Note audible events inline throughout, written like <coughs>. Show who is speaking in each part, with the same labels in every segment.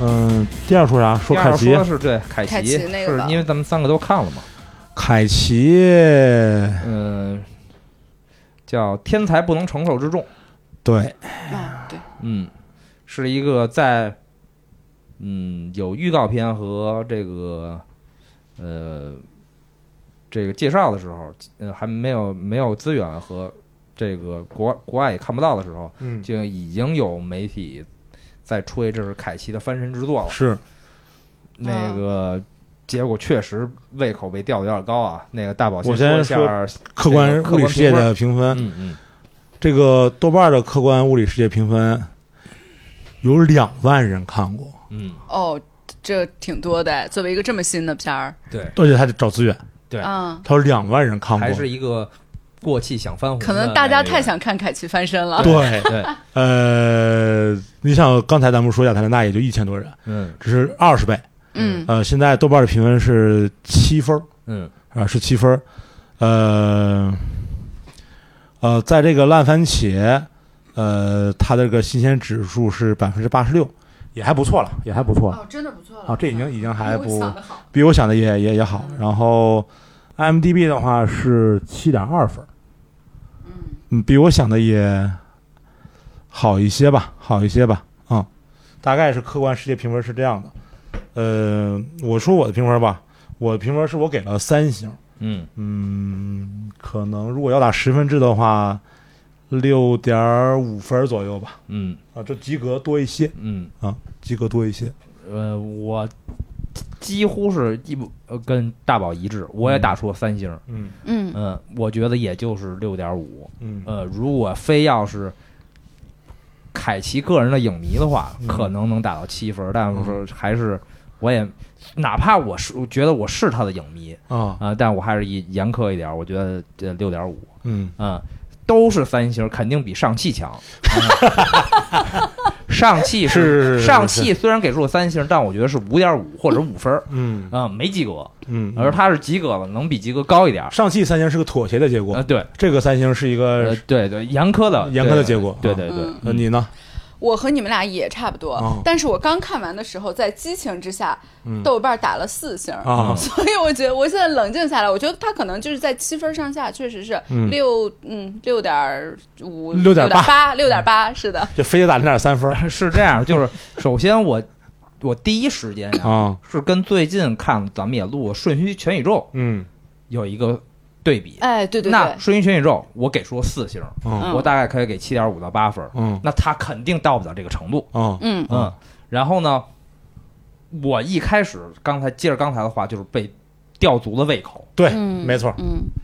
Speaker 1: 嗯，第二说啥？说
Speaker 2: 第
Speaker 1: 凯
Speaker 2: 二
Speaker 1: 奇
Speaker 2: 说，的是对凯
Speaker 3: 凯
Speaker 2: 奇
Speaker 3: 奇那个吧
Speaker 2: 是因为咱们三个都看了嘛，
Speaker 1: 凯奇
Speaker 2: 嗯，叫天才不能承受之重，
Speaker 1: 对，
Speaker 3: 啊，对，
Speaker 2: 嗯，是一个在嗯有预告片和这个呃这个介绍的时候，呃还没有没有资源和这个国国外也看不到的时候，
Speaker 1: 嗯，
Speaker 2: 就已经有媒体在吹这是凯奇的翻身之作了。
Speaker 1: 是
Speaker 3: 嗯
Speaker 2: 那个结果确实胃口被吊的有点高啊。那个大宝
Speaker 1: 我
Speaker 2: 说
Speaker 1: 先
Speaker 2: 一下，
Speaker 1: 客观物
Speaker 2: 客观
Speaker 1: 理世界
Speaker 2: 评分
Speaker 1: 的评分，
Speaker 2: 嗯嗯，
Speaker 1: 这个豆瓣的客观物理世界评分有两万人看过，
Speaker 2: 嗯，
Speaker 3: 哦，这挺多的。作为一个这么新的片儿，
Speaker 2: 对，
Speaker 1: 而且还得找资源，
Speaker 2: 对
Speaker 3: 嗯，
Speaker 1: 他有两万人看过
Speaker 2: 还，是一个过气想翻红的
Speaker 3: 可
Speaker 2: 那个，
Speaker 3: 能大家太想看凯奇翻身了。
Speaker 1: 对，
Speaker 2: 对，
Speaker 1: 呃，你想刚才咱们说亚特兰大也就一千多人，
Speaker 2: 嗯
Speaker 1: 这是二十倍，
Speaker 3: 嗯，
Speaker 1: 呃，现在豆瓣的评分是七分儿
Speaker 2: 嗯
Speaker 1: 啊、是七分儿，呃，呃，在这个烂番茄，呃，它的这个新鲜指数是百分之八十六，也还不错了，也还不错了，
Speaker 3: 哦，真的不错了哎
Speaker 1: 啊，这已经已经还不
Speaker 3: 想的好。
Speaker 1: 比我想的也也也好
Speaker 3: 嗯。
Speaker 1: 然后 IMDB 的话是七点二分，
Speaker 3: 嗯，
Speaker 1: 嗯，比我想的也好一些吧，好一些吧，啊、大概是客观世界评分是这样的。呃，我说我的评分吧，我的评分是我给了三星，
Speaker 2: 嗯
Speaker 1: 嗯，可能如果要打十分制的话，六点五分左右吧，
Speaker 2: 嗯
Speaker 1: 啊，就及格多一些，啊
Speaker 2: 嗯，
Speaker 1: 及格多一些。
Speaker 2: 呃，我几乎是一不呃跟大宝一致，我也打出了三星，
Speaker 1: 嗯
Speaker 3: 嗯，
Speaker 2: 嗯、我觉得也就是六点五，
Speaker 1: 嗯
Speaker 2: 呃，如果非要是。凯奇个人的影迷的话，
Speaker 1: 嗯
Speaker 2: 可能能打到七分，但是还是我也，哪怕我是我觉得我是他的影迷
Speaker 1: 啊
Speaker 2: 啊、但我还是严严苛一点，我觉得这六点五，
Speaker 1: 嗯，
Speaker 2: 嗯，都是三星，肯定比上汽强。 <laughs> 上汽
Speaker 1: 是是是
Speaker 2: 上汽虽然给出了三星，但我觉得是五点五或者五分儿，
Speaker 1: 嗯
Speaker 2: 啊、没及格。
Speaker 1: 嗯，
Speaker 2: 而它是及格了，能比及格高一点儿。
Speaker 1: 上汽三星是个妥协的结果，
Speaker 2: 啊，对，
Speaker 1: 这个三星是一
Speaker 2: 呃
Speaker 1: 个，，
Speaker 2: 对对，严苛的
Speaker 1: 严苛的结果
Speaker 2: 对
Speaker 1: 啊
Speaker 2: 对嗯对，
Speaker 1: 呃，你呢？
Speaker 3: 我和你们俩也差不多，
Speaker 1: 哦
Speaker 3: 但是我刚看完的时候，在激情之下，
Speaker 1: 嗯
Speaker 3: 豆瓣打了四星。
Speaker 1: 啊，
Speaker 3: <laughs> 所以我觉得，我现在冷静下来，我觉得他可能就是在七分上下，确实是
Speaker 1: 嗯
Speaker 3: 六嗯六点五
Speaker 1: 6.8
Speaker 3: 八六点八是的，
Speaker 1: 这非得打零点三分儿
Speaker 2: <laughs> 是这样。就是首先我我第一时间呀、
Speaker 1: 啊，
Speaker 2: 是跟最近看咱们也录《瞬息全宇宙
Speaker 1: 嗯》
Speaker 2: 有一个对比。
Speaker 3: 哎对对
Speaker 2: 那
Speaker 3: 对
Speaker 1: 哦
Speaker 2: 《瞬息全宇宙》我给出了四星，
Speaker 1: 嗯
Speaker 3: 嗯
Speaker 2: 我大概可以给七点五到八分儿。
Speaker 1: 嗯
Speaker 2: 那他肯定到不了这个程度。
Speaker 1: 嗯
Speaker 3: 嗯
Speaker 2: 嗯，然后呢，我一开始刚才接着刚才的话，就是被吊足了胃口。
Speaker 1: 对，
Speaker 3: 嗯
Speaker 1: 没错儿，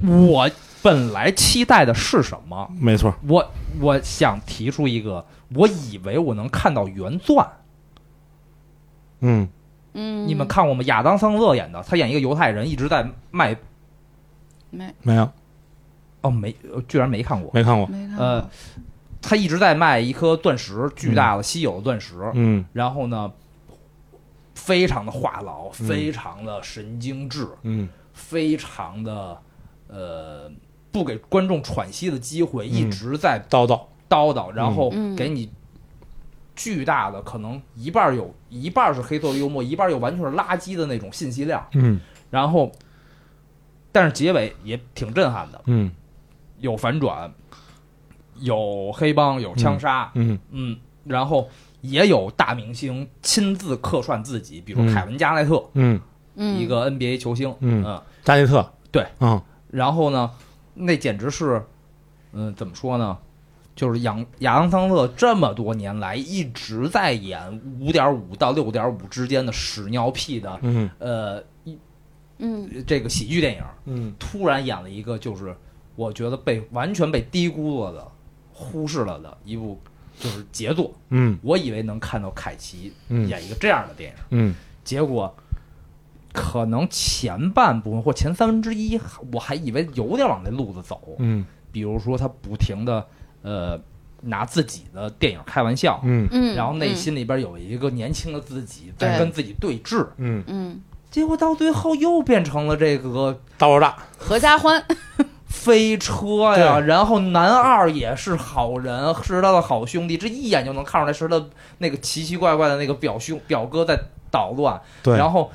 Speaker 3: 嗯
Speaker 2: 我本来期待的是什么？
Speaker 1: 没错儿，
Speaker 2: 我我想提出一个，我以为我能看到原钻。
Speaker 1: 嗯
Speaker 3: 嗯，
Speaker 2: 你们看过吗？亚当·桑勒演的，他演一个犹太人，一直在卖。
Speaker 3: 没
Speaker 1: 没有
Speaker 2: 哦，没，呃居然没看
Speaker 3: 哦
Speaker 2: 过。
Speaker 1: 没看过，
Speaker 3: 没看过
Speaker 2: 呃，他一直在卖一颗钻石，巨大的稀有的钻石。
Speaker 1: 嗯
Speaker 2: 然后呢，非常的话痨，非常的神经质。
Speaker 1: 嗯
Speaker 2: 非常的呃不给观众喘息的机会，一直在
Speaker 1: 叨叨，
Speaker 2: 叨叨，然后
Speaker 3: 嗯
Speaker 2: 给你巨大的可能一半儿有一半儿是黑色的幽默，一半儿又完全是垃圾的那种信息量。
Speaker 1: 嗯
Speaker 2: 然后，但是结尾也挺震撼的，
Speaker 1: 嗯
Speaker 2: 有反转，有黑帮，有枪杀，
Speaker 1: 嗯
Speaker 2: 嗯，然后。也有大明星亲自客串自己，比如
Speaker 1: 嗯
Speaker 2: 凯文·加内特，
Speaker 1: 嗯，
Speaker 3: 嗯
Speaker 2: 一个 NBA 球星，
Speaker 1: 嗯
Speaker 2: 嗯，
Speaker 1: 加内特，
Speaker 2: 对，
Speaker 1: 嗯
Speaker 2: 然后呢，那简直是，嗯，怎么说呢？就是亚亚当桑特这么多年来一直在演五点五到六点五之间的屎尿屁的
Speaker 1: 嗯
Speaker 2: 呃
Speaker 3: 嗯
Speaker 2: 这个喜剧电影，
Speaker 1: 嗯
Speaker 2: 突然演了一个就是我觉得被完全被低估了的、忽视了的一部就是杰作。
Speaker 1: 嗯
Speaker 2: 我以为能看到凯奇
Speaker 1: 嗯
Speaker 2: 演一个这样的电影，
Speaker 1: 嗯
Speaker 2: 结果可能前半部分或前三分之一，我还以为有点往那路子走，
Speaker 1: 嗯
Speaker 2: 比如说他不停的呃拿自己的电影开玩笑，
Speaker 1: 嗯
Speaker 3: 嗯，
Speaker 2: 然后内心里边有一个年轻的自己
Speaker 3: 对
Speaker 2: 在跟自己对峙，
Speaker 1: 嗯，
Speaker 3: 嗯嗯
Speaker 2: 结果到最后又变成了这个
Speaker 1: 大爆炸，
Speaker 3: 合家欢，
Speaker 2: 飞车呀，
Speaker 1: 对
Speaker 2: 然后男二也是好人，是他的好兄弟，这一眼就能看出来是他的那个奇奇怪怪的那个表兄表哥在捣乱，
Speaker 1: 对，
Speaker 2: 然后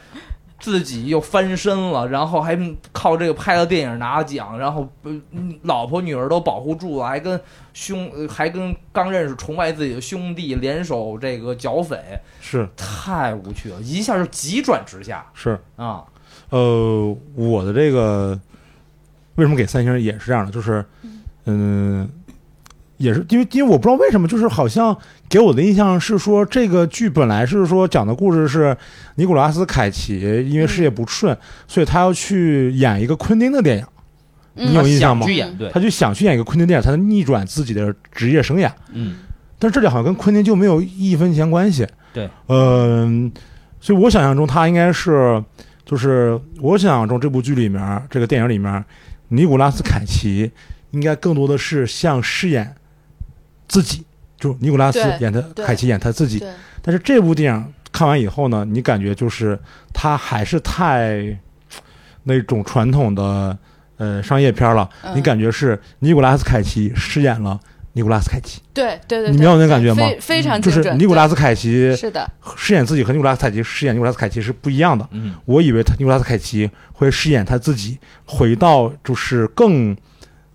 Speaker 2: 自己又翻身了，然后还靠这个拍了电影拿奖，然后呃嗯老婆女儿都保护住了，还跟兄呃还跟刚认识崇拜自己的兄弟联手这个剿匪，
Speaker 1: 是
Speaker 2: 太无趣了，一下就急转直下
Speaker 1: 是，
Speaker 2: 啊！
Speaker 1: 呃，我的这个为什么给三星也是这样的？就是，嗯、也是因为因为我不知道为什么，就是好像给我的印象是说，这个剧本来是说讲的故事是尼古拉斯凯奇因为事业不顺，所以他要去演一个昆汀的电影， <laughs> 你有
Speaker 3: 嗯
Speaker 2: 他
Speaker 1: 印象
Speaker 2: 想
Speaker 1: 吗
Speaker 2: 去演对，
Speaker 1: 他就想去演一个昆汀电影，才能逆转自己的职业生涯。
Speaker 2: 嗯，
Speaker 1: 但是这里好像跟昆汀就没有一分钱关系。
Speaker 2: 对，
Speaker 1: 嗯、所以我想象中他应该是，就是我想象中这部剧里面，这个电影里面，尼古拉斯凯奇应该更多的是像饰演自己，就尼古拉斯
Speaker 3: 对
Speaker 1: 演他
Speaker 3: 对
Speaker 1: 凯奇演他自己。
Speaker 3: 对，
Speaker 1: 但是这部电影看完以后呢，你感觉就是他还是太那种传统的呃商业片了，
Speaker 3: 嗯
Speaker 1: 你感觉是尼古拉斯凯奇饰演了尼古拉斯凯奇。
Speaker 3: 对对对，
Speaker 1: 你
Speaker 3: 对
Speaker 1: 没有那
Speaker 3: 对
Speaker 1: 感觉吗
Speaker 3: 非非常
Speaker 1: 就
Speaker 3: 精
Speaker 1: 是
Speaker 3: 准，
Speaker 1: 尼古拉
Speaker 3: 斯
Speaker 1: 斯凯奇
Speaker 3: 是的，
Speaker 1: 饰演自己和尼古拉斯凯奇饰演尼古拉斯凯奇是不一样的。
Speaker 2: 嗯，
Speaker 1: 我以为他尼古拉斯凯奇会饰演他自己，回到就是更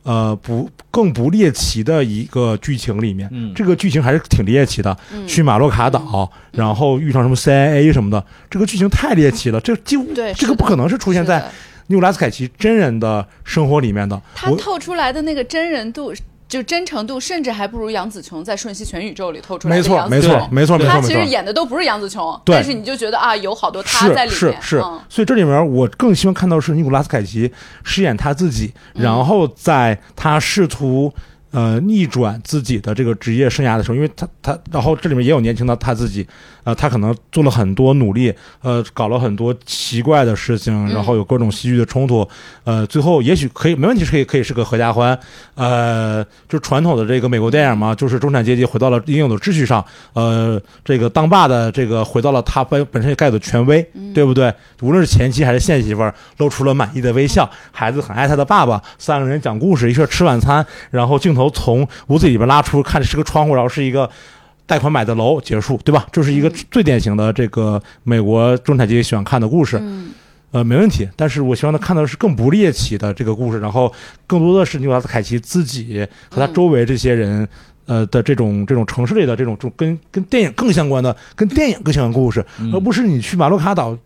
Speaker 1: 呃不更不猎奇的一个剧情里面。
Speaker 2: 嗯
Speaker 1: 这个剧情还是挺猎奇的，
Speaker 3: 嗯，
Speaker 1: 去马洛卡岛，然后遇上什么 CIA 什么的，这个剧情太猎奇了，这几乎
Speaker 3: 对
Speaker 1: 这
Speaker 3: 是
Speaker 1: 个
Speaker 3: 的
Speaker 1: 不可能是出现
Speaker 3: 是
Speaker 1: 在
Speaker 3: 的
Speaker 1: 尼古拉斯凯奇真人的生活里面的。
Speaker 3: 他
Speaker 1: 我
Speaker 3: 透出来的那个真人度。就真诚度，甚至还不如杨紫琼在《瞬息全宇宙》里透出来
Speaker 1: 没
Speaker 3: 的
Speaker 1: 错
Speaker 3: 杨紫
Speaker 1: 没
Speaker 3: 琼。
Speaker 1: 错没错没错
Speaker 3: 他
Speaker 1: 没
Speaker 3: 其实
Speaker 1: 错。
Speaker 3: 演的都不是杨紫琼，
Speaker 1: 对
Speaker 3: 但是你就觉得啊，有好多他
Speaker 1: 是
Speaker 3: 在里面。
Speaker 1: 是是
Speaker 3: 嗯，
Speaker 1: 所以这里面我更希望看到是尼古拉斯凯奇饰演他自己，
Speaker 3: 嗯
Speaker 1: 然后在他试图呃逆转自己的这个职业生涯的时候，因为他他然后这里面也有年轻的他自己，呃，他可能做了很多努力，呃，搞了很多奇怪的事
Speaker 3: 嗯
Speaker 1: 情，然后有各种戏剧的冲突，呃，最后也许可以没问题是可以可以是个合家欢，呃，就传统的这个美国电影嘛，就是中产阶级回到了应有的秩序上，呃，这个当爸的这个回到了他本本身该有的权威，对不对？无论是前妻还是现媳妇儿，露出了满意的微笑，孩子很爱他的爸爸，三个人讲故事，一块儿吃晚餐，然后镜头从屋子里边拉出，看是个窗户，然后是一个。贷款买的楼结束，对吧？这是一个最典型的这个美国中产阶级喜欢看的故事。
Speaker 3: 嗯，
Speaker 1: 呃，没问题。但是我希望他看到的是更不猎奇的这个故事，然后更多的是尼古拉斯凯奇自己和
Speaker 3: 嗯
Speaker 1: 他周围这些人，呃的这种这种城市里的这种这种跟跟电影更相关的、跟电影更相关的故事，
Speaker 2: 嗯
Speaker 1: 而不是你去马洛卡岛哦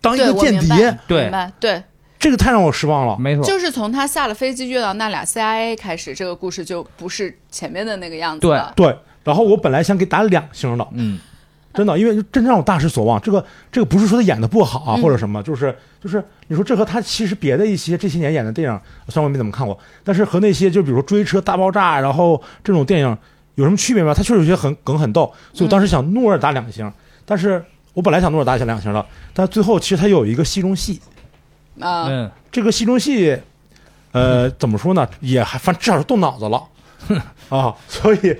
Speaker 1: 当一
Speaker 3: 对，
Speaker 1: 个
Speaker 3: 我
Speaker 1: 间
Speaker 3: 明白
Speaker 1: 谍，
Speaker 2: 对
Speaker 3: 明白，对，
Speaker 1: 这个太让我失望了。
Speaker 2: 没错，
Speaker 3: 就是从他下了飞机遇到那俩 CIA 开始，这个故事就不是前面的那个样子
Speaker 2: 对
Speaker 3: 了。
Speaker 1: 对，然后我本来想给打两星的，
Speaker 2: 嗯，
Speaker 1: 真的，因为真让我大失所望。这个这个不是说他演的不好啊，
Speaker 3: 嗯
Speaker 1: 或者什么，就是就是你说这和他其实别的一些这些年演的电影，虽然我没怎么看过，但是和那些就比如说追车大爆炸，然后这种电影有什么区别吗？他确实有些很梗很逗，所以我当时想诺尔打两星，但是我本来想诺尔打两星的，但最后其实他有一个戏中戏，
Speaker 3: 啊，
Speaker 2: 嗯，
Speaker 1: 这个戏中戏，呃，怎么说呢？也还反正至少是动脑子
Speaker 2: <laughs>
Speaker 1: 了啊，所以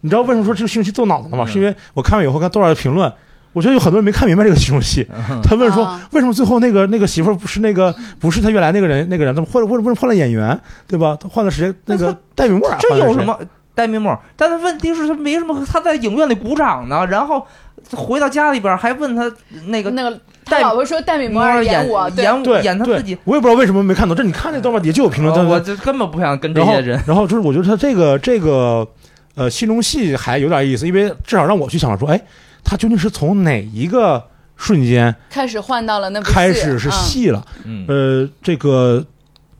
Speaker 1: 你知道为什么说这个戏中戏动脑子了吗？
Speaker 2: 嗯
Speaker 1: 是因为我看完以后看多少的评论，我觉得有很多人没看明白这个戏中戏。
Speaker 2: 嗯
Speaker 1: 他问说
Speaker 3: 啊
Speaker 1: 为什么最后那个那个媳妇儿不是那个不是他原来那个人那个人，怎么换为什么换了演员对吧？他换了谁？那个戴雨墨儿啊
Speaker 2: 这
Speaker 1: 换了
Speaker 2: 有
Speaker 1: 谁
Speaker 2: 什？么？戴明墨，但是问题是，他没什么，他在影院里鼓掌呢，然后回到家里边还问他那个
Speaker 3: 那个他
Speaker 2: 戴
Speaker 3: 老婆说戴敏摩
Speaker 2: 摩
Speaker 3: 尔
Speaker 2: 演
Speaker 3: 我，对，
Speaker 2: 演
Speaker 1: 对，
Speaker 2: 演他
Speaker 1: 对
Speaker 2: 自己，
Speaker 1: 我也不知道为什么没看懂。这你看那段吧，也就有评论，
Speaker 2: 哦
Speaker 1: 但是
Speaker 2: 我就根本不想跟这
Speaker 1: 然后
Speaker 2: 些人，
Speaker 1: 然后就是我觉得他这个这个呃戏中戏还有点意思，因为至少让我去想说，哎，他究竟是从哪一个瞬间
Speaker 3: 开始换到了那部戏
Speaker 1: 开始是
Speaker 3: 嗯
Speaker 1: 戏了？
Speaker 2: 嗯
Speaker 1: 呃，这个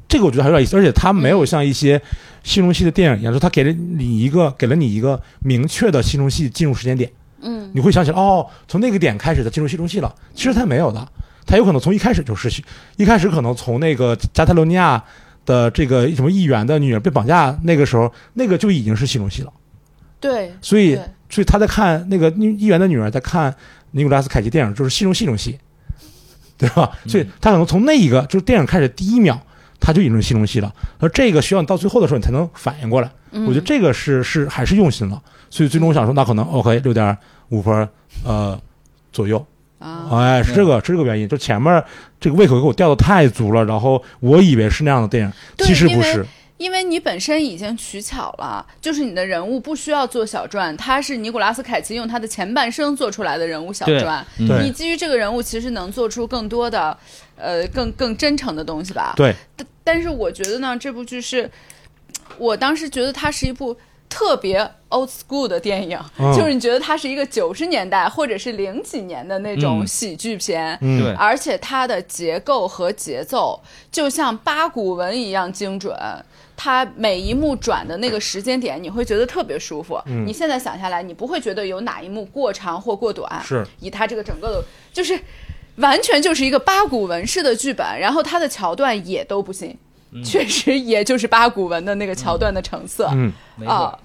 Speaker 1: 这个我觉得还有点意思，而且他没
Speaker 3: 嗯
Speaker 1: 有像一些戏中戏的电影一样，就他给了你一个给了你一个明确的戏中戏进入时间点，
Speaker 3: 嗯，
Speaker 1: 你会想起来哦，从那个点开始他进入戏中戏了，其实他没有的。他有可能从一开始就是戏，一开始可能从那个加泰罗尼亚的这个什么议员的女儿被绑架那个时候，那个就已经是戏中戏了。
Speaker 3: 对，
Speaker 1: 所以
Speaker 3: 对，
Speaker 1: 所以他在看那个议员的女儿在看尼古拉斯凯奇电影，就是戏中戏中戏，对吧？所以他可能从那一个就是电影开始第一秒，他就已经是戏中戏了。而这个需要你到最后的时候你才能反应过来。
Speaker 3: 嗯
Speaker 1: 我觉得这个是是还是用心了。所以最终我想说，那可能 OK 六点五分呃左右，
Speaker 3: 啊，
Speaker 1: 哎，是这个是这个原因，就前面这个胃口给我吊的太足了，然后我以为是那样的电影，
Speaker 3: 对
Speaker 1: 其实
Speaker 3: 因
Speaker 1: 不
Speaker 3: 为
Speaker 1: 是。
Speaker 3: 因为你本身已经取巧了，就是你的人物不需要做小传，他是尼古拉斯凯奇用他的前半生做出来的人物小
Speaker 2: 对
Speaker 3: 传，
Speaker 2: 嗯
Speaker 1: 对
Speaker 3: 你基于这个人物其实能做出更多的，呃，更更真诚的东西吧。
Speaker 1: 对，
Speaker 3: 但但是我觉得呢，这部剧是我当时觉得它是一部特别 old school 的电影，
Speaker 1: 嗯
Speaker 3: 就是你觉得它是一个九十年代或者是零几年的那种
Speaker 2: 嗯
Speaker 3: 喜剧片，
Speaker 1: 嗯， <laughs>
Speaker 2: 对
Speaker 3: 而且它的结构和节奏就像八股文一样精准。它每一幕转的那个时间点，你会觉得特别舒服。
Speaker 1: 嗯
Speaker 3: 你现在想下来，你不会觉得有哪一幕过长或过短。
Speaker 1: 是
Speaker 3: 以它这个整个的，就是完全就是一个八股文式的剧本，然后它的桥段也都不行，确实也就是八股文的那个桥段的成色啊、
Speaker 1: 嗯嗯。
Speaker 2: 没错，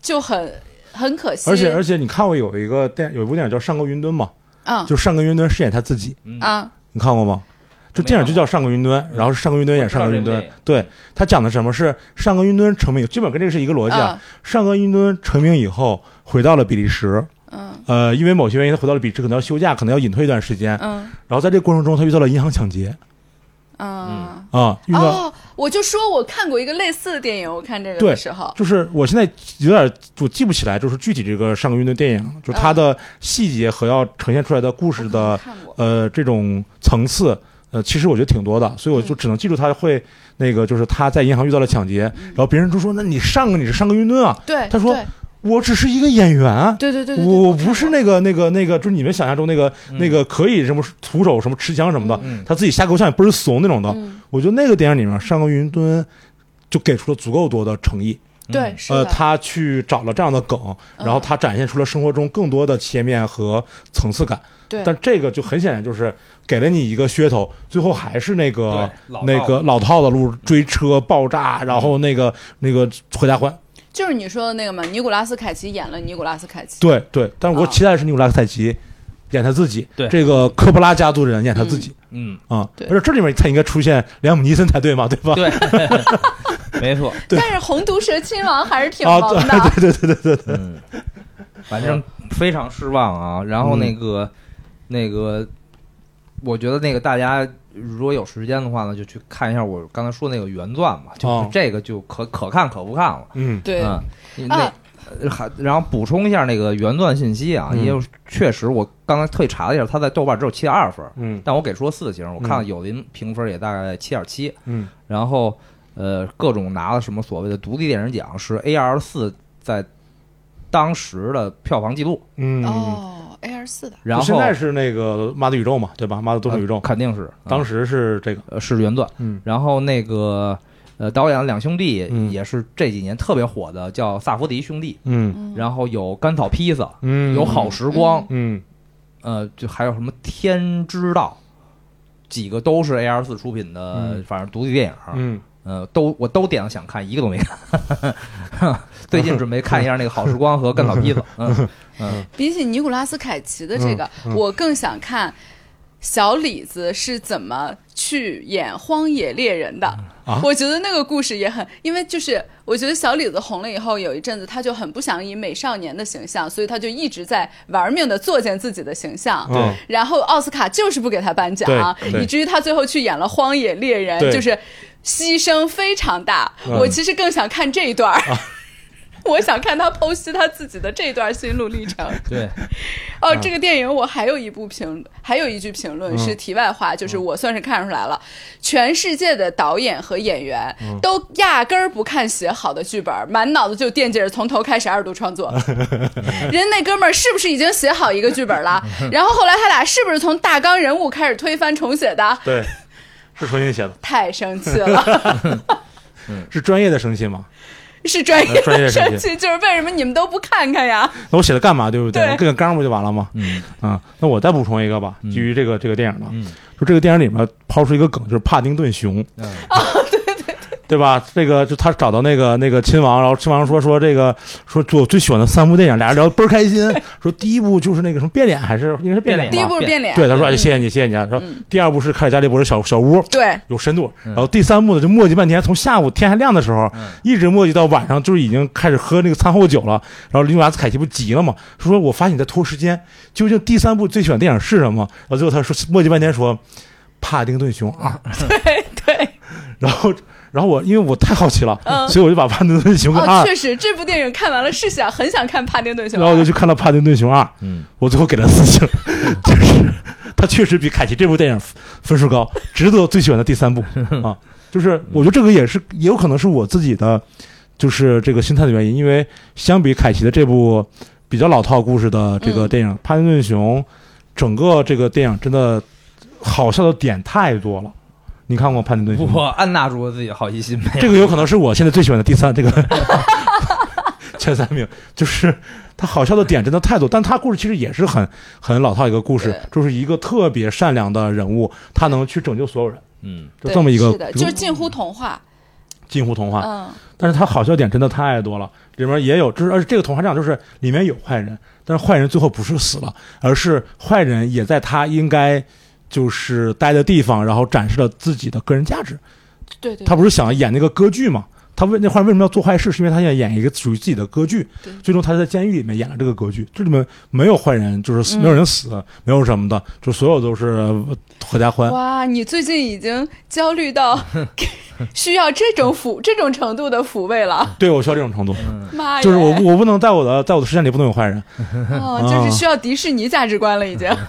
Speaker 3: 就很很可惜。
Speaker 1: 而且而且，你看过有一个电有一部电影叫《上个云端》嘛？
Speaker 3: 嗯
Speaker 1: 就上个云端饰演他自己，
Speaker 3: 啊
Speaker 1: 你看过吗？这电影就叫《上个云
Speaker 3: 嗯
Speaker 1: 端》，然后是上个云端演上个云
Speaker 2: 我
Speaker 1: 端
Speaker 2: 知道。
Speaker 1: 对他讲的什么是上个云端成名，基本跟这个是一个逻辑
Speaker 3: 嗯
Speaker 1: 啊。上个云端成名以后回到了比利时，
Speaker 3: 嗯
Speaker 1: 呃，因为某些原因他回到了比利时，可能要休假，可能要隐退一段时间。
Speaker 3: 嗯
Speaker 1: 然后在这个过程中，他遇到了银行抢劫
Speaker 3: 嗯
Speaker 1: 啊，遇到
Speaker 3: 哦，我就说我看过一个类似的电影，我看这个
Speaker 1: 对
Speaker 3: 的时候，
Speaker 1: 就是我现在有点我记不起来，就是具体这个上个云端电影，就它的细节和要呈现出来的故事
Speaker 3: 我
Speaker 1: 的
Speaker 3: 嗯看过，
Speaker 1: 呃这种层次，呃，其实我觉得挺多的，所以我就只能记住他会那个，就是他在银行遇到了抢劫，
Speaker 3: 嗯
Speaker 1: 然后别人就说：“那你上个你是上个云端啊
Speaker 3: 对，
Speaker 1: 他说我只是一个演员啊。”
Speaker 3: 对对对对对，
Speaker 1: 我我
Speaker 3: 看
Speaker 1: 不是
Speaker 3: 过
Speaker 1: 那个那个那个，就是你们想象中那个、那个可以什么徒手什么持枪什么的，
Speaker 2: 嗯
Speaker 1: 他自己瞎勾像也倍儿怂那种的。
Speaker 3: 嗯
Speaker 1: 我觉得那个电影里面，上个云端就给出了足够多的诚意，
Speaker 3: 对是
Speaker 1: 呃，
Speaker 3: 的，嗯
Speaker 1: 他去找了这样的梗，然后他展现出了生活中更多的切面和层次感。
Speaker 3: 对
Speaker 1: 但这个就很显然就是给了你一个噱头，最后还是那个
Speaker 2: 对老
Speaker 1: 那
Speaker 2: 套
Speaker 1: 个老套的路，追车爆炸，然后那个那个合家欢。
Speaker 3: 就是你说的那个嘛，尼古拉斯凯奇演了尼古拉斯凯奇，
Speaker 1: 对对，但是我
Speaker 3: 啊
Speaker 1: 期待的是尼古拉斯凯奇演他自己，
Speaker 2: 对
Speaker 1: 这个科布拉家族人演他自己
Speaker 2: 嗯，
Speaker 1: 啊，
Speaker 3: 对
Speaker 1: 而且这里面他应该出现梁姆尼森才对嘛，对吧？啊 <laughs>
Speaker 2: 对，没错，
Speaker 3: 但是红毒蛇亲王还是挺
Speaker 1: 啊，
Speaker 3: 萌
Speaker 1: 对
Speaker 3: 的，
Speaker 1: 对对对对对，
Speaker 2: 嗯，反正非常失望啊。然后
Speaker 1: 嗯
Speaker 2: 那个、那个，我觉得那个大家如果有时间的话呢，就去看一下我刚才说那个原钻吧，就、
Speaker 1: 哦
Speaker 2: 就这个就可可看可不看了。
Speaker 1: 嗯
Speaker 3: 对
Speaker 2: 嗯，那
Speaker 3: 啊
Speaker 2: 呃还然后补充一下那个原钻信息啊，
Speaker 1: 嗯
Speaker 2: 因为确实我刚才特意查了一下，它在豆瓣只有七点二分，
Speaker 1: 嗯
Speaker 2: 但我给出了四星，我看了
Speaker 1: 嗯
Speaker 2: 有的人评分也大概七点七，
Speaker 1: 嗯
Speaker 2: 然后呃各种拿了什么所谓的独立电影奖，是 A R 四在当时的票房记录，
Speaker 1: 嗯，
Speaker 3: 哦，A R 四的，
Speaker 2: 然后
Speaker 1: 现在是那个《妈的宇宙》嘛，对吧？《妈的多重宇宙
Speaker 2: 呃》肯定是
Speaker 1: 当
Speaker 2: 时、
Speaker 1: 时是这个，
Speaker 2: 呃是原钻，
Speaker 1: 嗯
Speaker 2: 然后那个呃导演两兄弟
Speaker 1: 嗯
Speaker 2: 也是这几年特别火的，叫萨福迪兄弟，
Speaker 1: 嗯
Speaker 3: 嗯
Speaker 2: 然后有甘草披萨，
Speaker 1: 嗯，
Speaker 2: 有好时光，
Speaker 1: 嗯
Speaker 2: 呃，就还有什么天之道。几个都是 A R 四出品的，
Speaker 1: 嗯
Speaker 2: 反正独立电影，
Speaker 1: 嗯
Speaker 2: 呃，都我都点了想看，一个都没看。 <laughs> 最近准备看一下那个《好时光》和《干
Speaker 1: <laughs>
Speaker 2: 草披萨》。嗯嗯，
Speaker 3: 比起尼古拉斯凯奇的这个，
Speaker 1: 嗯嗯
Speaker 3: 我更想看小李子是怎么去演《荒野猎人》的。
Speaker 1: 啊
Speaker 3: 我觉得那个故事也很，因为就是我觉得小李子红了以后，有一阵子他就很不想以美少年的形象，所以他就一直在玩命的作践自己的形象。
Speaker 1: 嗯
Speaker 3: 然后奥斯卡就是不给他颁奖啊
Speaker 1: 对，对
Speaker 3: 以至于他最后去演了《荒野猎人
Speaker 1: 对》，
Speaker 3: 就是牺牲非常大。
Speaker 1: 嗯
Speaker 3: 我其实更想看这一段儿，
Speaker 1: <laughs>
Speaker 3: 我想看他剖析他自己的这段心路历程。
Speaker 2: 对，
Speaker 3: 哦
Speaker 1: 啊，
Speaker 3: 这个电影我还有一部评，还有一句评论
Speaker 1: 嗯
Speaker 3: 是题外话，就是我算是看出来了，全世界的导演和演员
Speaker 1: 嗯
Speaker 3: 都压根儿不看写好的剧本，满脑子就惦记着从头开始二度
Speaker 1: <laughs>
Speaker 3: 创作。人那哥们儿是不是已经写好一个剧本了？然后后来他俩是不是从大纲人物开始推翻重写的？
Speaker 1: 对，是重新写的，
Speaker 3: 太生气了，
Speaker 1: <laughs> 是专业的生气嘛？
Speaker 3: 是专业
Speaker 1: 呃专业
Speaker 3: 的
Speaker 1: 生气
Speaker 3: 生气，就是为什么你们都不看看呀？
Speaker 1: 那我写的干嘛，对不
Speaker 3: 对
Speaker 1: 我跟个纲不就完了吗？
Speaker 2: 嗯
Speaker 1: 啊，那我再补充一个吧，
Speaker 2: 嗯
Speaker 1: 基于这个这个电影的，
Speaker 2: 嗯
Speaker 3: <laughs> 哦
Speaker 1: 就这个电影里面抛出一个梗，就是帕丁顿熊，
Speaker 2: 嗯，
Speaker 1: 对吧？这个就他找到那个那个亲王，然后亲王说说这个说我最喜欢的三部电影，俩人聊得倍儿开
Speaker 3: <laughs>
Speaker 1: 心。说第一部就是那个什么变脸，还是应该是变脸吧？
Speaker 3: 第一部是变脸，
Speaker 1: 对，他说哎，
Speaker 3: 嗯
Speaker 1: 谢谢你，谢谢你啊。说
Speaker 3: 嗯
Speaker 1: 第二部是凯尔加里博士小小屋，
Speaker 3: 对，
Speaker 1: 有深度。
Speaker 2: 嗯
Speaker 1: 然后第三部呢，就磨叽半天，从下午天还亮的时候，
Speaker 2: 嗯
Speaker 1: 一直磨叽到晚上，就是已经开始喝那个餐后酒了。然后林瓦斯凯奇不急了嘛，说我发现你在拖时间，究竟第三部最喜欢电影是什么？然后最后他说磨叽半天说《帕丁顿熊二》，
Speaker 3: 对对，
Speaker 2: 嗯
Speaker 1: 然后。然后我因为我太好奇了，
Speaker 3: 嗯
Speaker 1: 所以我就把《帕丁顿熊二
Speaker 3: 哦，》，确实这部电影看完了是想很想看《帕丁顿熊
Speaker 1: 然》后我就去看了《帕丁顿熊二》， <laughs>
Speaker 2: 嗯，
Speaker 1: 我最后给了四星，就是他确实比凯奇这部电影分数高，值得最喜欢的第三部啊。就是我觉得这个也是也有可能是我自己的，就是这个心态的原因，因为相比凯奇的这部比较老套故事的这个
Speaker 3: 嗯
Speaker 1: 电影《帕丁顿熊》，整个这个电影真的好笑的点太多了。你看过《帕丁顿熊》吗？
Speaker 2: 我按捺住我自己的好奇心没
Speaker 1: 这个有可能是我现在最喜欢的第三
Speaker 3: <laughs>
Speaker 1: 这个前三名，就是他好笑的点真的太多，但他故事其实也是很很老套一个故事
Speaker 3: 对，
Speaker 1: 就是一个特别善良的人物，他能去拯救所有人，
Speaker 2: 嗯，
Speaker 1: 就这么一个啊
Speaker 3: 是的，
Speaker 1: 这
Speaker 3: 就
Speaker 1: 个
Speaker 3: 是近乎童话，
Speaker 1: 近乎童话。
Speaker 3: 嗯，
Speaker 1: 但是他好笑点真的太多了，里面也有，就是而且这个童话讲就是里面有坏人，但是坏人最后不是死了，而是坏人也在他应该就是待的地方，然后展示了自己的个人价值。
Speaker 3: 对对，
Speaker 1: 他不是想演那个歌剧嘛？他为那块为什么要做坏事？是因为他要演一个属于自己的歌剧
Speaker 3: 对。
Speaker 1: 最终他在监狱里面演了这个歌剧，这里面没有坏人，就是死没有人死，没有什么的，就所有都是呃合家欢。
Speaker 3: 哇，你最近已经焦
Speaker 1: <laughs>
Speaker 3: 虑到需要这种抚这种程度的抚慰了，
Speaker 1: 对我需要这种程度，
Speaker 3: 妈呀！
Speaker 1: 嗯就是我嗯我不能在我的在我的视线里不能有坏人。
Speaker 3: 哦，就是需要迪士尼价值观了，已经
Speaker 1: 啊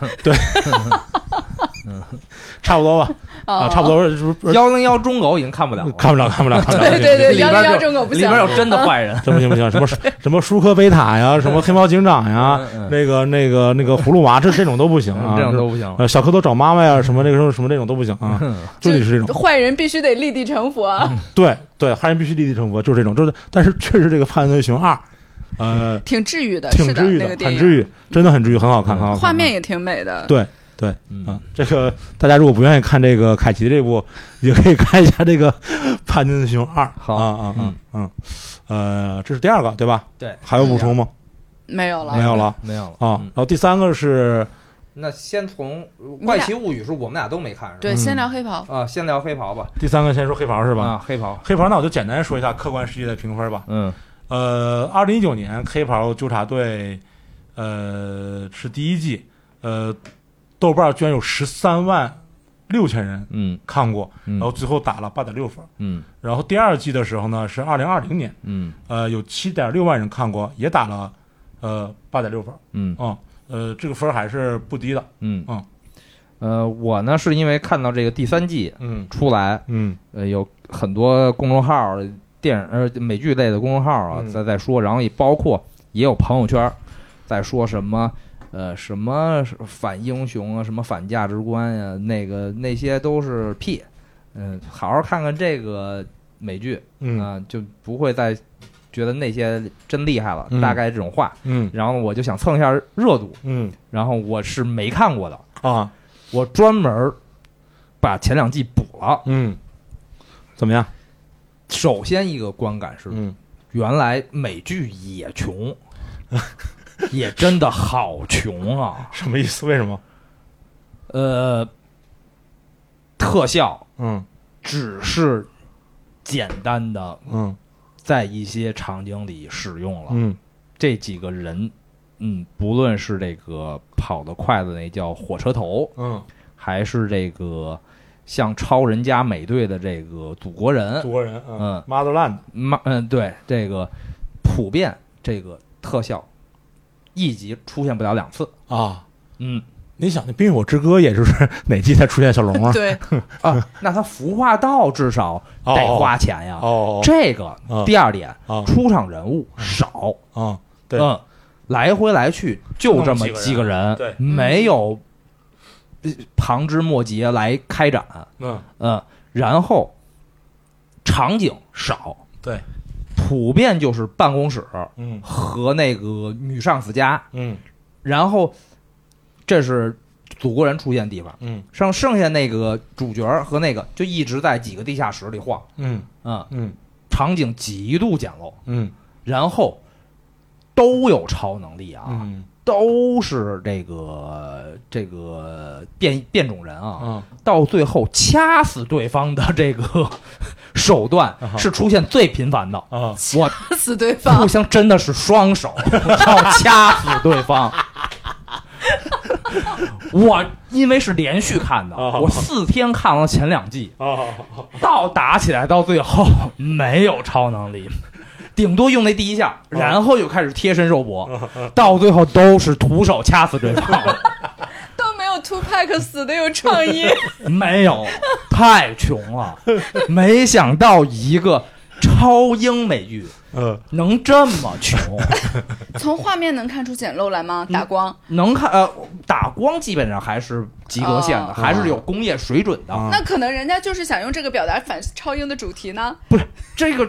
Speaker 1: 差不多吧，
Speaker 3: 啊
Speaker 1: 啊，差不。多是不是？
Speaker 2: 幺零幺中狗已经看不了了，
Speaker 1: 看不了，看不了，看不了。啊
Speaker 3: 对对对，
Speaker 2: 里边
Speaker 3: 幺
Speaker 2: 就
Speaker 3: 零幺中狗不
Speaker 2: 里
Speaker 3: 行
Speaker 2: 边。有真的坏人，
Speaker 1: 这不行不行，什么什么舒克贝塔呀，什么黑猫警长呀
Speaker 2: 嗯，嗯
Speaker 1: 那个那个那个葫芦娃，这这种都不行啊，
Speaker 2: 这样都不行了。
Speaker 1: 呃小蝌蚪找妈妈呀，什么那个什么什么这种都不行啊，
Speaker 2: 嗯
Speaker 1: 就得是这种。嗯
Speaker 3: 坏人必须得立地成佛，
Speaker 1: 对对，汉人必须立地成佛，就是这种，就是但是确实这个《判断熊二》，呃，
Speaker 3: 挺治愈的，
Speaker 1: 挺
Speaker 3: 是
Speaker 1: 治愈
Speaker 3: 那个电
Speaker 1: 很
Speaker 3: 影，啊
Speaker 1: 治愈，真的很治愈，很好看，很好看。
Speaker 3: 画面也挺美的。
Speaker 1: 对对，
Speaker 2: 嗯
Speaker 1: 啊，，这个大家如果不愿意看这个凯奇这部，也可以看一下这个《判断熊二》。
Speaker 2: 好
Speaker 1: 啊啊啊嗯，呃，这是第二个对吧？
Speaker 2: 对，
Speaker 1: 还有补充吗？
Speaker 3: 没有了
Speaker 1: 没，有了，
Speaker 2: 没有了
Speaker 1: 啊，
Speaker 2: 嗯
Speaker 1: 然后第三个是
Speaker 2: 那先从《
Speaker 3: 俩
Speaker 2: 怪奇物语》是我们俩都没看，是吧？
Speaker 3: 对，
Speaker 1: 嗯
Speaker 3: 先聊黑袍。
Speaker 2: 啊，先聊黑袍吧，
Speaker 1: 第三个，先说黑袍是吧？
Speaker 2: 啊，黑袍，
Speaker 1: 黑袍，那我就简单说一下客观世界的评分吧。
Speaker 2: 嗯
Speaker 1: 呃，二零一九年黑袍纠察队，呃，是第一季，呃，豆瓣居然有十三万六千人
Speaker 2: 嗯
Speaker 1: 看过，
Speaker 2: 嗯
Speaker 1: 然后最后打了八点六分。
Speaker 2: 嗯
Speaker 1: 然后第二季的时候呢，是二零二零年，
Speaker 2: 嗯
Speaker 1: 呃，有七点六万人看过，也打了呃八点六分。
Speaker 2: 嗯
Speaker 1: 嗯，呃，这个分儿还是不低的。
Speaker 2: 嗯
Speaker 1: 嗯，
Speaker 2: 呃，我呢是因为看到这个第三季
Speaker 1: 嗯
Speaker 2: 出来，
Speaker 1: 嗯
Speaker 2: 呃，有很多公众号儿、电影呃美剧类的公众号儿啊
Speaker 1: 嗯
Speaker 2: 在在说，然后也包括也有朋友圈儿在说什么呃什么反英雄啊，什么反价值观呀、那个那些都是屁。嗯、好好看看这个美剧
Speaker 1: 嗯
Speaker 2: 啊、就不会再觉得那些真厉害了，
Speaker 1: 嗯
Speaker 2: 大概这种话。
Speaker 1: 嗯
Speaker 2: 然后我就想蹭一下热度，
Speaker 1: 嗯
Speaker 2: 然后我是没看过的，
Speaker 1: 啊
Speaker 2: 我专门儿把前两季补了。
Speaker 1: 嗯，怎么样？
Speaker 2: 首先一个观感是
Speaker 1: 嗯
Speaker 2: 原来美剧也穷， <laughs> 也真的好穷啊！
Speaker 1: 什么意思？为什么？
Speaker 2: 呃，特效
Speaker 1: 嗯
Speaker 2: 只是简单的
Speaker 1: 嗯
Speaker 2: 在一些场景里使用了。
Speaker 1: 嗯
Speaker 2: 这几个人，嗯，不论是这个跑得快的那叫火车头，
Speaker 1: 嗯，
Speaker 2: 还是这个像超人加美队的这个祖国人
Speaker 1: 祖，国人，嗯
Speaker 2: 嗯
Speaker 1: ，Motherland，
Speaker 2: 妈，嗯，对，这个普遍这个特效一集出现不了两次。
Speaker 1: 啊。
Speaker 2: 嗯
Speaker 1: 你想，那《冰与火之歌》也就是哪季才出现小龙啊？ <laughs>
Speaker 3: 对，
Speaker 2: 啊，那它服化道至少得花钱呀。
Speaker 1: 哦
Speaker 2: 这个
Speaker 1: 嗯
Speaker 2: 第二点，
Speaker 1: 啊
Speaker 2: 出场人物少，
Speaker 1: 啊，对，
Speaker 2: 嗯，来回来去就这么几个人，
Speaker 1: 对
Speaker 2: 没有呃旁枝末节来开展，
Speaker 1: 嗯，
Speaker 2: 嗯，然后场景少，
Speaker 1: 对，
Speaker 2: 普遍就是办公室
Speaker 1: 嗯
Speaker 2: 和那个女上司家，
Speaker 1: 嗯
Speaker 2: 然后这是祖国人出现的地方，
Speaker 1: 嗯
Speaker 2: 剩剩下那个主角和那个就一直在几个地下室里晃，
Speaker 1: 嗯
Speaker 2: 啊、
Speaker 1: 嗯
Speaker 2: 场景极度简陋，
Speaker 1: 嗯
Speaker 2: 然后都有超能力啊，
Speaker 1: 嗯
Speaker 2: 都是这个这个变变种人啊，
Speaker 1: 啊
Speaker 2: 到最后掐死对方的这个手段
Speaker 1: 啊哈
Speaker 2: 是出现最频繁的。
Speaker 1: 啊！
Speaker 2: 我
Speaker 3: 死对
Speaker 2: 互
Speaker 3: 方，
Speaker 2: 相真的是双手要掐死对方。我因为是连续看的，
Speaker 1: 哦
Speaker 2: 我四天看了前两季，
Speaker 1: 哦，
Speaker 2: 到打起来到最后没有超能力，顶多用那第一下，然后就开始贴身肉搏，到最后都是徒手掐死对方，
Speaker 3: 都没有 Two Pack 死的有
Speaker 1: <laughs>
Speaker 3: 创意。
Speaker 2: 没有，太穷了，没想到一个超英美剧
Speaker 1: 嗯
Speaker 2: 能这么穷。
Speaker 3: 从画面能看出简陋来吗？
Speaker 1: 嗯
Speaker 3: 打光，
Speaker 2: 能看呃，打光基本上还是及格线的，
Speaker 3: 哦
Speaker 2: 还是有工业水准的。
Speaker 1: 啊
Speaker 3: 那可能人家就是想用这个表达反超英的主题呢。
Speaker 2: 这个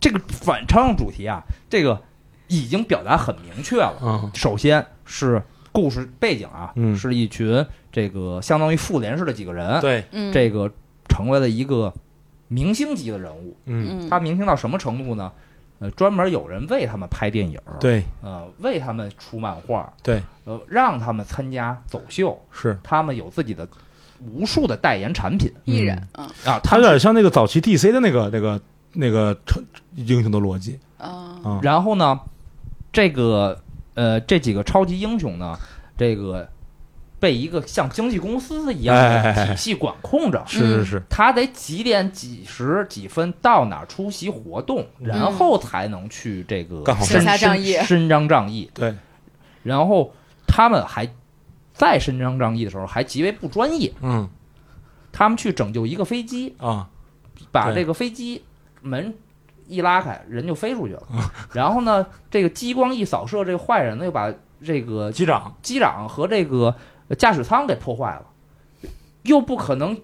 Speaker 2: 这个反超英主题啊，这个已经表达很明确了。
Speaker 1: 啊
Speaker 2: 首先是故事背景啊，
Speaker 1: 嗯
Speaker 2: 是一群这个相当于复联式的几个人，
Speaker 1: 对，
Speaker 3: 嗯，
Speaker 2: 这个成为了一个明星级的人物。
Speaker 1: 嗯
Speaker 3: 嗯
Speaker 2: 他明星到什么程度呢？呃，专门有人为他们拍电影，，
Speaker 1: 对
Speaker 2: 呃，为他们出漫画，
Speaker 1: 对
Speaker 2: 呃，让他们参加走秀，
Speaker 1: 是，
Speaker 2: 他们有自己的无数的代言产品
Speaker 3: 艺人，嗯
Speaker 2: 啊，
Speaker 1: 他有点像那个早期 DC 的那个那个那个成英雄的逻辑
Speaker 3: 嗯
Speaker 1: 啊，
Speaker 2: 然后呢，这个呃这几个超级英雄呢，这个被一个像经纪公司一样
Speaker 1: 哎哎哎
Speaker 2: 的
Speaker 1: 哎
Speaker 2: 体系管控着。
Speaker 1: 是是是，
Speaker 2: 他得几点几十几分到哪儿出席活动，然后才能去这个
Speaker 1: 嗯干好事
Speaker 2: 伸
Speaker 3: 下仗义
Speaker 2: 伸伸张仗义。
Speaker 1: 对，
Speaker 2: 然后他们还在伸张仗义的时候还极为不专业，
Speaker 1: 嗯
Speaker 2: 他们去拯救一个飞机，
Speaker 1: 啊
Speaker 2: 把
Speaker 1: 对
Speaker 2: 这个飞机门一拉开，人就飞出去了。 <laughs> 然后呢，这个激光一扫射，这个坏人呢又把这个
Speaker 1: 机长
Speaker 2: 机长和这个驾驶舱给破坏了，又不可能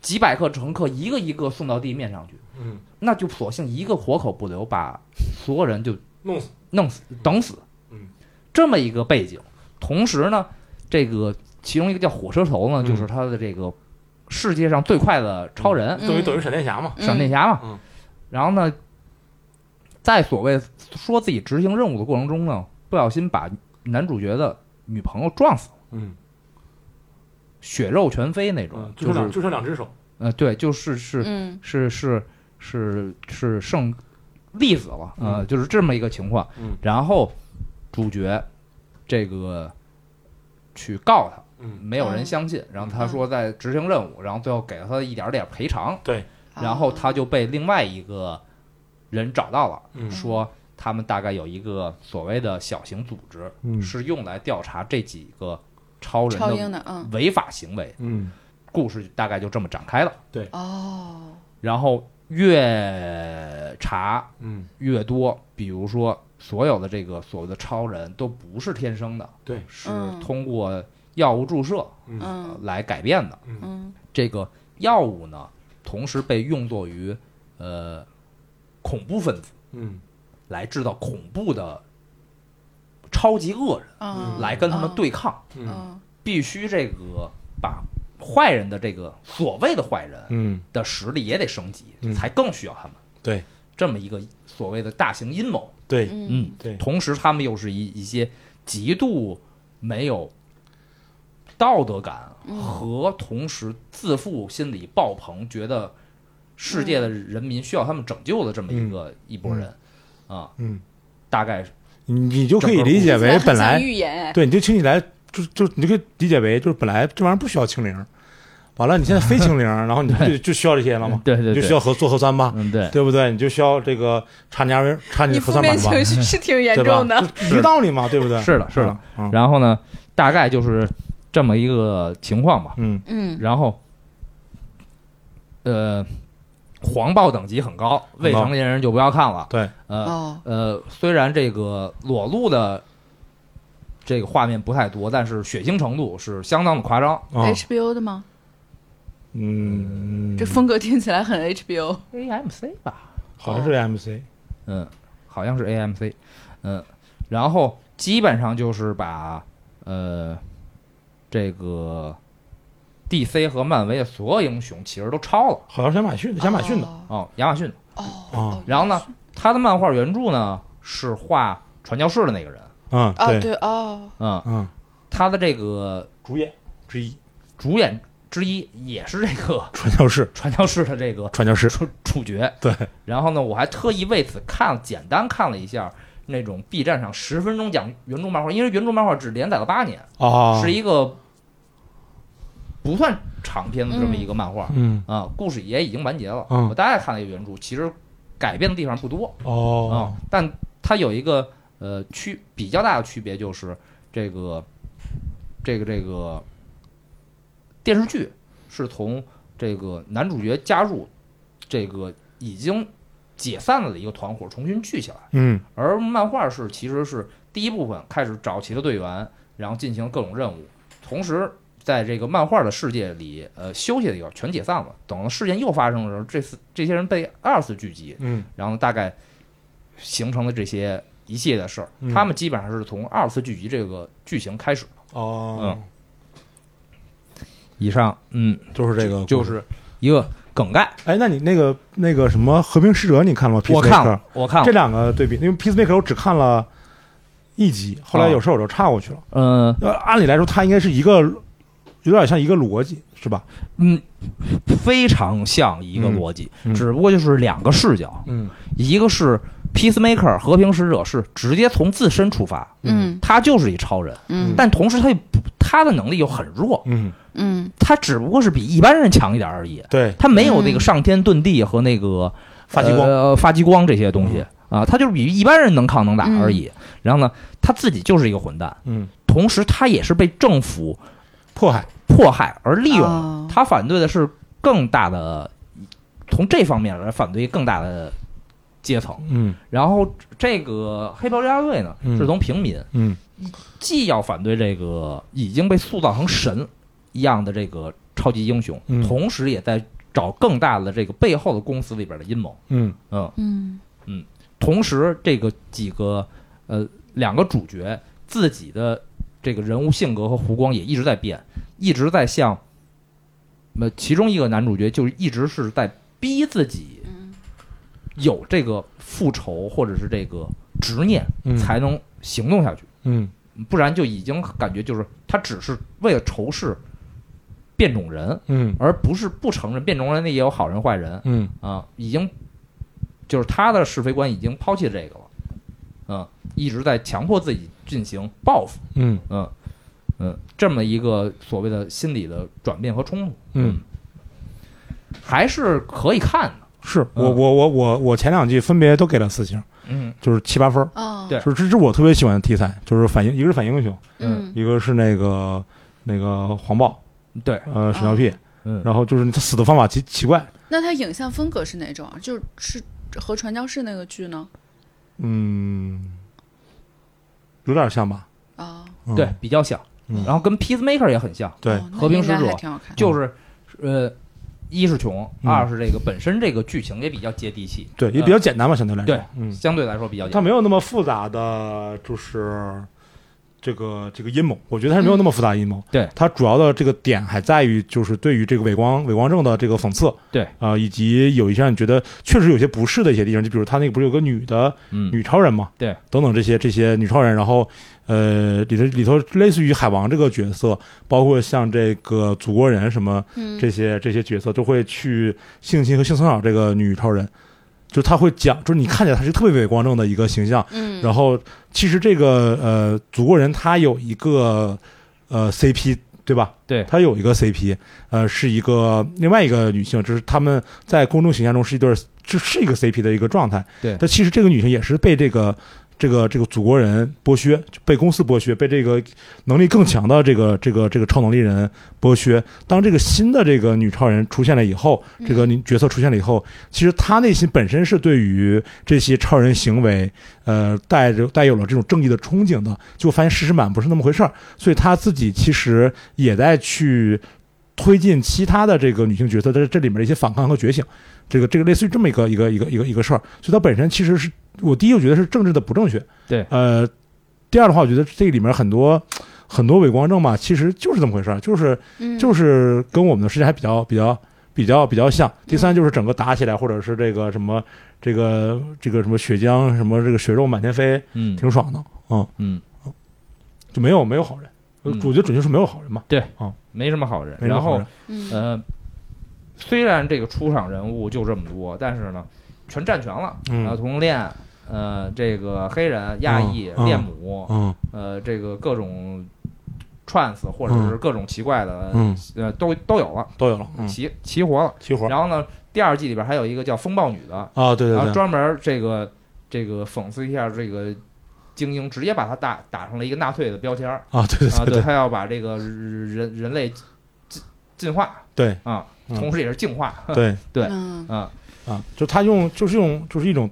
Speaker 2: 几百个乘客一个一个送到地面上去，
Speaker 1: 嗯，
Speaker 2: 那就索性一个活口不留，把所有人就
Speaker 1: 弄死
Speaker 2: 弄死等死，
Speaker 1: 嗯，
Speaker 2: 这么一个背景。同时呢，这个其中一个叫火车头呢，
Speaker 1: 嗯
Speaker 2: 就是他的这个世界上最快的超人，
Speaker 3: 嗯等于等于
Speaker 1: 闪电侠嘛
Speaker 2: 闪电侠嘛。
Speaker 1: 嗯
Speaker 2: 然后呢，在所谓说自己执行任务的过程中呢，不小心把男主角的女朋友撞死了，
Speaker 1: 嗯
Speaker 2: 血肉全非那种，就是
Speaker 1: 就剩两只嗯手，
Speaker 2: 呃，对，就是是
Speaker 3: 嗯
Speaker 2: 是是是是剩粒子了，呃，
Speaker 1: 嗯
Speaker 2: 就是这么一个情况。
Speaker 1: 嗯
Speaker 2: 然后主角这个去告他。
Speaker 1: 嗯
Speaker 2: 没有人
Speaker 3: 嗯
Speaker 2: 相信，然后他说在执行任务，然后最后给了他一点点赔偿，
Speaker 3: 嗯
Speaker 2: 然后他就被另外一个人找到了，
Speaker 1: 嗯
Speaker 2: 说他们大概有一个所谓的小型组织，
Speaker 1: 嗯
Speaker 2: 是用来调查这几个超人
Speaker 3: 超英
Speaker 2: 的
Speaker 3: 的，嗯
Speaker 2: 违法行为。
Speaker 1: 嗯
Speaker 2: 故事大概就这么展开了，
Speaker 3: 哦，
Speaker 2: 然后越查
Speaker 1: 嗯
Speaker 2: 越多，比如说所有的这个所谓的超人都不是天生的，
Speaker 1: 对
Speaker 2: 是
Speaker 3: 嗯
Speaker 2: 通过药物注射呃
Speaker 3: 嗯
Speaker 2: 来改变的。
Speaker 3: 嗯
Speaker 2: 这个药物呢，同时被用作于呃恐怖分子。
Speaker 1: 嗯
Speaker 2: 来制造恐怖的超级恶人
Speaker 3: 嗯，
Speaker 2: 来跟他们对抗，
Speaker 3: 嗯，
Speaker 2: 必须这个把坏人的这个所谓的坏人
Speaker 1: 嗯
Speaker 2: 的实力也得升级，
Speaker 1: 嗯
Speaker 2: 才更需要他们
Speaker 1: 对
Speaker 2: 这么一个所谓的大型阴谋。
Speaker 1: 对
Speaker 3: 嗯
Speaker 1: 对
Speaker 2: 同时他们又是一一些极度没有道德感和同时自负心理爆棚，觉得世界的人民需要他们拯救的这么一个、一拨人啊，
Speaker 1: 嗯，
Speaker 2: 大概是
Speaker 1: 你你就可以理解为本来
Speaker 3: 预言，哎
Speaker 1: 对，你就听起来就就你就可以理解为就是本来这玩意儿不需要清零，完了你现在非清零，然后你就就需要这些了嘛，
Speaker 2: 对对
Speaker 1: 你就需要核做核酸吧，
Speaker 2: 嗯，对，
Speaker 1: 对不对？你就需要这个查你二维查
Speaker 3: 你
Speaker 1: 你核
Speaker 3: 负
Speaker 1: 酸码
Speaker 3: 面
Speaker 1: 吧，
Speaker 3: 情绪是挺严
Speaker 1: <laughs> 对吧
Speaker 3: 重的，？
Speaker 1: 就一个道理嘛，对不对？
Speaker 2: 是的是的
Speaker 1: 嗯，
Speaker 2: 然后呢，大概就是这么一个情况吧。
Speaker 1: 嗯
Speaker 3: <laughs> 嗯
Speaker 2: 然后，呃，黄暴等级很高，
Speaker 1: 高
Speaker 2: 未成年人就不要看了。
Speaker 1: 对，啊
Speaker 2: 呃
Speaker 3: 哦，
Speaker 2: 呃，虽然这个裸露的这个画面不太多，但是血腥程度是相当的夸张。
Speaker 1: 嗯啊
Speaker 3: HBO 的吗？
Speaker 1: 嗯，
Speaker 3: 这风格听起来很 HBO。
Speaker 2: AMC 吧，
Speaker 1: 好像是 MC，
Speaker 2: 嗯，好像是 AMC，嗯，然后基本上就是把呃这个 DC 和漫威的所有英雄其实都超了
Speaker 1: 好像是亚马逊的，亚马逊的
Speaker 3: 哦
Speaker 2: 哦，亚马逊的。
Speaker 1: 啊
Speaker 3: 哦，
Speaker 2: 然后呢，他的漫画原著呢是画传教士的那个人，
Speaker 1: 嗯，
Speaker 3: 啊，
Speaker 1: 对，
Speaker 3: 对哦，
Speaker 2: 嗯，
Speaker 1: 嗯，
Speaker 2: 他的这个
Speaker 1: 主演之一，
Speaker 2: 主演之一也是这个
Speaker 1: 传教士，
Speaker 2: 传教士的这个
Speaker 1: 传教士，
Speaker 2: 主主角。
Speaker 1: 对，
Speaker 2: 然后呢，我还特意为此看简单看了一下那种 B 站上十分钟讲原著漫画，因为原著漫画只连载了八年，
Speaker 1: 哦，
Speaker 2: 是一个不算长篇的这么一个漫画啊、
Speaker 1: 嗯，
Speaker 2: 故事也已经完结了。
Speaker 1: 嗯
Speaker 2: 我大概看了一个原著，其实改变的地方不多啊、
Speaker 1: 哦，
Speaker 2: 但它有一个呃区比较大的区别就是这个这个这个电视剧是从这个男主角加入这个已经解散了的一个团伙重新聚起来。
Speaker 1: 嗯，
Speaker 2: 而漫画是其实是第一部分开始找齐了队员，然后进行各种任务，同时在这个漫画的世界里，呃，休息了一会儿，全解散了。等事件又发生的时候，这次这些人被二次聚集，
Speaker 1: 嗯，
Speaker 2: 然后大概形成了这些一系列的事儿
Speaker 1: 嗯。
Speaker 2: 他们基本上是从二次聚集这个剧情开始。
Speaker 1: 哦，
Speaker 2: 嗯以上，嗯，
Speaker 1: 就是这个，
Speaker 2: 就。是一个梗概。
Speaker 1: 哎，那你那个那个什么《和平使者》，你看了吗？
Speaker 2: 我看
Speaker 1: Peacemaker
Speaker 2: 了，我看
Speaker 1: 这
Speaker 2: 了，
Speaker 1: 两个对比，因为《Peacemaker》我只看了一集，后来
Speaker 2: 哦
Speaker 1: 有时候我就岔过去了。
Speaker 2: 呃，
Speaker 1: 呃，按理来说，它应该是一个有点像一个逻辑，是吧？
Speaker 2: 嗯，非常像一个
Speaker 1: 嗯
Speaker 2: 逻辑，
Speaker 1: 嗯
Speaker 2: 只不过就是两个视角。
Speaker 1: 嗯
Speaker 2: 一个是 Peacemaker 和平使者是直接从自身出发，
Speaker 1: 嗯
Speaker 3: 嗯
Speaker 2: 他就是一超人，
Speaker 3: 嗯
Speaker 2: 但同时他又不他的能力又很弱，
Speaker 1: 嗯，
Speaker 3: 嗯
Speaker 2: 他只不过是比一般人强一点而已，
Speaker 1: 对，
Speaker 2: 他没有
Speaker 1: 嗯
Speaker 2: 那个上天遁地和那个
Speaker 1: 发激光，嗯
Speaker 2: 呃、发激光这些东西啊，他就是比一般人能抗能打而已。然后呢，他自己就是一个混蛋，
Speaker 1: 嗯，
Speaker 2: 同时他也是被政府
Speaker 1: 迫害，
Speaker 2: 迫害而利用的。
Speaker 3: 哦
Speaker 2: 他反对的是更大的，从这方面来反对更大的阶层。
Speaker 1: 嗯
Speaker 2: 然后这个黑豹纠察队呢，
Speaker 1: 嗯
Speaker 2: 是从平民
Speaker 1: 嗯
Speaker 2: 既要反对这个已经被塑造成神一样的这个超级英雄，
Speaker 1: 嗯
Speaker 2: 同时也在找更大的这个背后的公司里边的阴谋。
Speaker 1: 嗯
Speaker 2: 嗯，
Speaker 3: 嗯
Speaker 2: 同时这个几个呃两个主角自己的这个人物性格和弧光也一直在变，一直在向，那其中一个男主角就是一直是在逼自己
Speaker 3: 嗯
Speaker 2: 有这个复仇或者是这个执念，
Speaker 1: 嗯
Speaker 2: 才能行动下去，
Speaker 1: 嗯
Speaker 2: 不然就已经感觉就是他只是为了仇视变种人，
Speaker 1: 嗯
Speaker 2: 而不是不承认变种人里也有好人坏人
Speaker 1: 嗯
Speaker 2: 啊，已经就是他的是非观已经抛弃这个了，嗯、一直在强迫自己进行报复，
Speaker 1: 嗯
Speaker 2: 嗯、嗯，这么一个所谓的心理的转变和冲突，
Speaker 1: 嗯，
Speaker 2: 还是可以看的，
Speaker 1: 是我
Speaker 2: 嗯
Speaker 1: 我我我我前两季分别都给了四星，
Speaker 2: 嗯
Speaker 1: 就是七八分儿。
Speaker 3: 哦
Speaker 2: 对
Speaker 1: 就是这是我特别喜欢的题材，就是反英，一个是反英雄，
Speaker 3: 嗯
Speaker 1: 一个是那个那个黄暴，
Speaker 2: 对，
Speaker 1: 呃，屎尿屁，
Speaker 2: 嗯，
Speaker 1: 然后就是他死的方法奇奇怪，
Speaker 3: 那他影像风格是哪种啊？就是和传教士那个剧呢？
Speaker 1: 嗯，有点像吧？
Speaker 3: 啊，
Speaker 1: 嗯、
Speaker 2: 对，比较像，
Speaker 1: 嗯
Speaker 2: 然后跟 Peacemaker 也很像。
Speaker 1: 对，
Speaker 3: 哦那
Speaker 2: 和平
Speaker 3: 应该
Speaker 2: 使者
Speaker 3: 还挺好看。
Speaker 2: 就是呃，一是穷，
Speaker 1: 嗯
Speaker 2: 二是这个本身这个剧情也比较接地气，
Speaker 1: 对，也比较简单吧，相对来说，
Speaker 2: 对
Speaker 1: 嗯，
Speaker 2: 相对来说比较简
Speaker 1: 它
Speaker 2: 单。
Speaker 1: 没有那么复杂的，就是这个这个阴谋，我觉得它是没有那么复杂的阴谋。
Speaker 2: 嗯对
Speaker 1: 它主要的这个点还在于就是对于这个伪光伪光正的这个讽刺，
Speaker 2: 对
Speaker 1: 啊、以及有一些让你觉得确实有些不适的一些地方，就比如他那个不是有个女的
Speaker 2: 嗯，
Speaker 1: 女超人嘛，
Speaker 2: 对，
Speaker 1: 等等这些这些女超人，然后呃里头里头类似于海王这个角色，包括像这个祖国人什么
Speaker 3: 嗯
Speaker 1: 这些这些角色，都会去性侵和性骚扰这个女超人。就他会讲，就是你看起来他是特别伪光正的一个形象，
Speaker 3: 嗯，
Speaker 1: 然后其实这个呃，祖国人他有一个呃 CP 对吧？
Speaker 2: 对
Speaker 1: 他有一个 CP，呃，是一个另外一个女性，就是他们在公众形象中是一对儿，这是一个 CP 的一个状态。
Speaker 2: 对
Speaker 1: 但其实这个女性也是被这个这个这个祖国人剥削，就被公司剥削，被这个能力更强的这个这个这个超能力人剥削。当这个新的这个女超人出现了以后，
Speaker 3: 嗯
Speaker 1: 这个女角色出现了以后，其实她内心本身是对于这些超人行为，呃，带着带有了这种正义的憧憬的，就发现事实满不是那么回事儿，所以她自己其实也在去推进其他的这个女性角色在这里面的一些反抗和觉醒，这个这个类似于这么一个一个一个一个一个事儿，所以它本身其实是我第一我觉得是政治的不正确，
Speaker 2: 对
Speaker 1: 呃，第二的话我觉得这里面很多很多伪光正吧，其实就是这么回事儿，就是
Speaker 3: 嗯，
Speaker 1: 就是跟我们的世界还比较比较比较比较像。第三就是整个打起来，或者是这个什么这个这个什么血浆什么这个血肉满天飞，
Speaker 2: 嗯
Speaker 1: 挺爽的，嗯，
Speaker 2: 嗯，
Speaker 1: 就没有没有好人，
Speaker 2: 嗯
Speaker 1: 我觉得准确说没有好人嘛，
Speaker 2: 没什么好人。
Speaker 1: 没什么
Speaker 2: 然
Speaker 1: 好
Speaker 2: 后
Speaker 1: 人，
Speaker 3: 嗯
Speaker 2: 呃，虽然这个出场人物就这么多，但是呢，全占全了。
Speaker 1: 嗯
Speaker 2: 呃，同性恋，呃，这个黑人、亚裔、
Speaker 1: 嗯
Speaker 2: 恋母，
Speaker 1: 嗯
Speaker 2: 呃，这个各种 trans 或者是各种奇怪的，
Speaker 1: 嗯，
Speaker 2: 呃，都都有了，
Speaker 1: 都有了，嗯，
Speaker 2: 齐齐活了。
Speaker 1: 齐活
Speaker 2: 然后呢，第二季里边还有一个叫风暴女的，
Speaker 1: 啊，对
Speaker 2: 然后
Speaker 1: 对对，
Speaker 2: 专门这个这个讽刺一下这个精英，直接把她打打上了一个纳粹的标签儿。
Speaker 1: 啊，对
Speaker 2: 啊，
Speaker 1: 对
Speaker 2: 对，
Speaker 1: 对
Speaker 2: 他要把这个人人类进进化 <laughs>
Speaker 1: 对
Speaker 2: 啊，
Speaker 1: 嗯
Speaker 2: 同时也是净化
Speaker 1: 对对
Speaker 2: 对
Speaker 3: 嗯
Speaker 2: <laughs> 啊，
Speaker 1: 啊，就他用就是用就是一种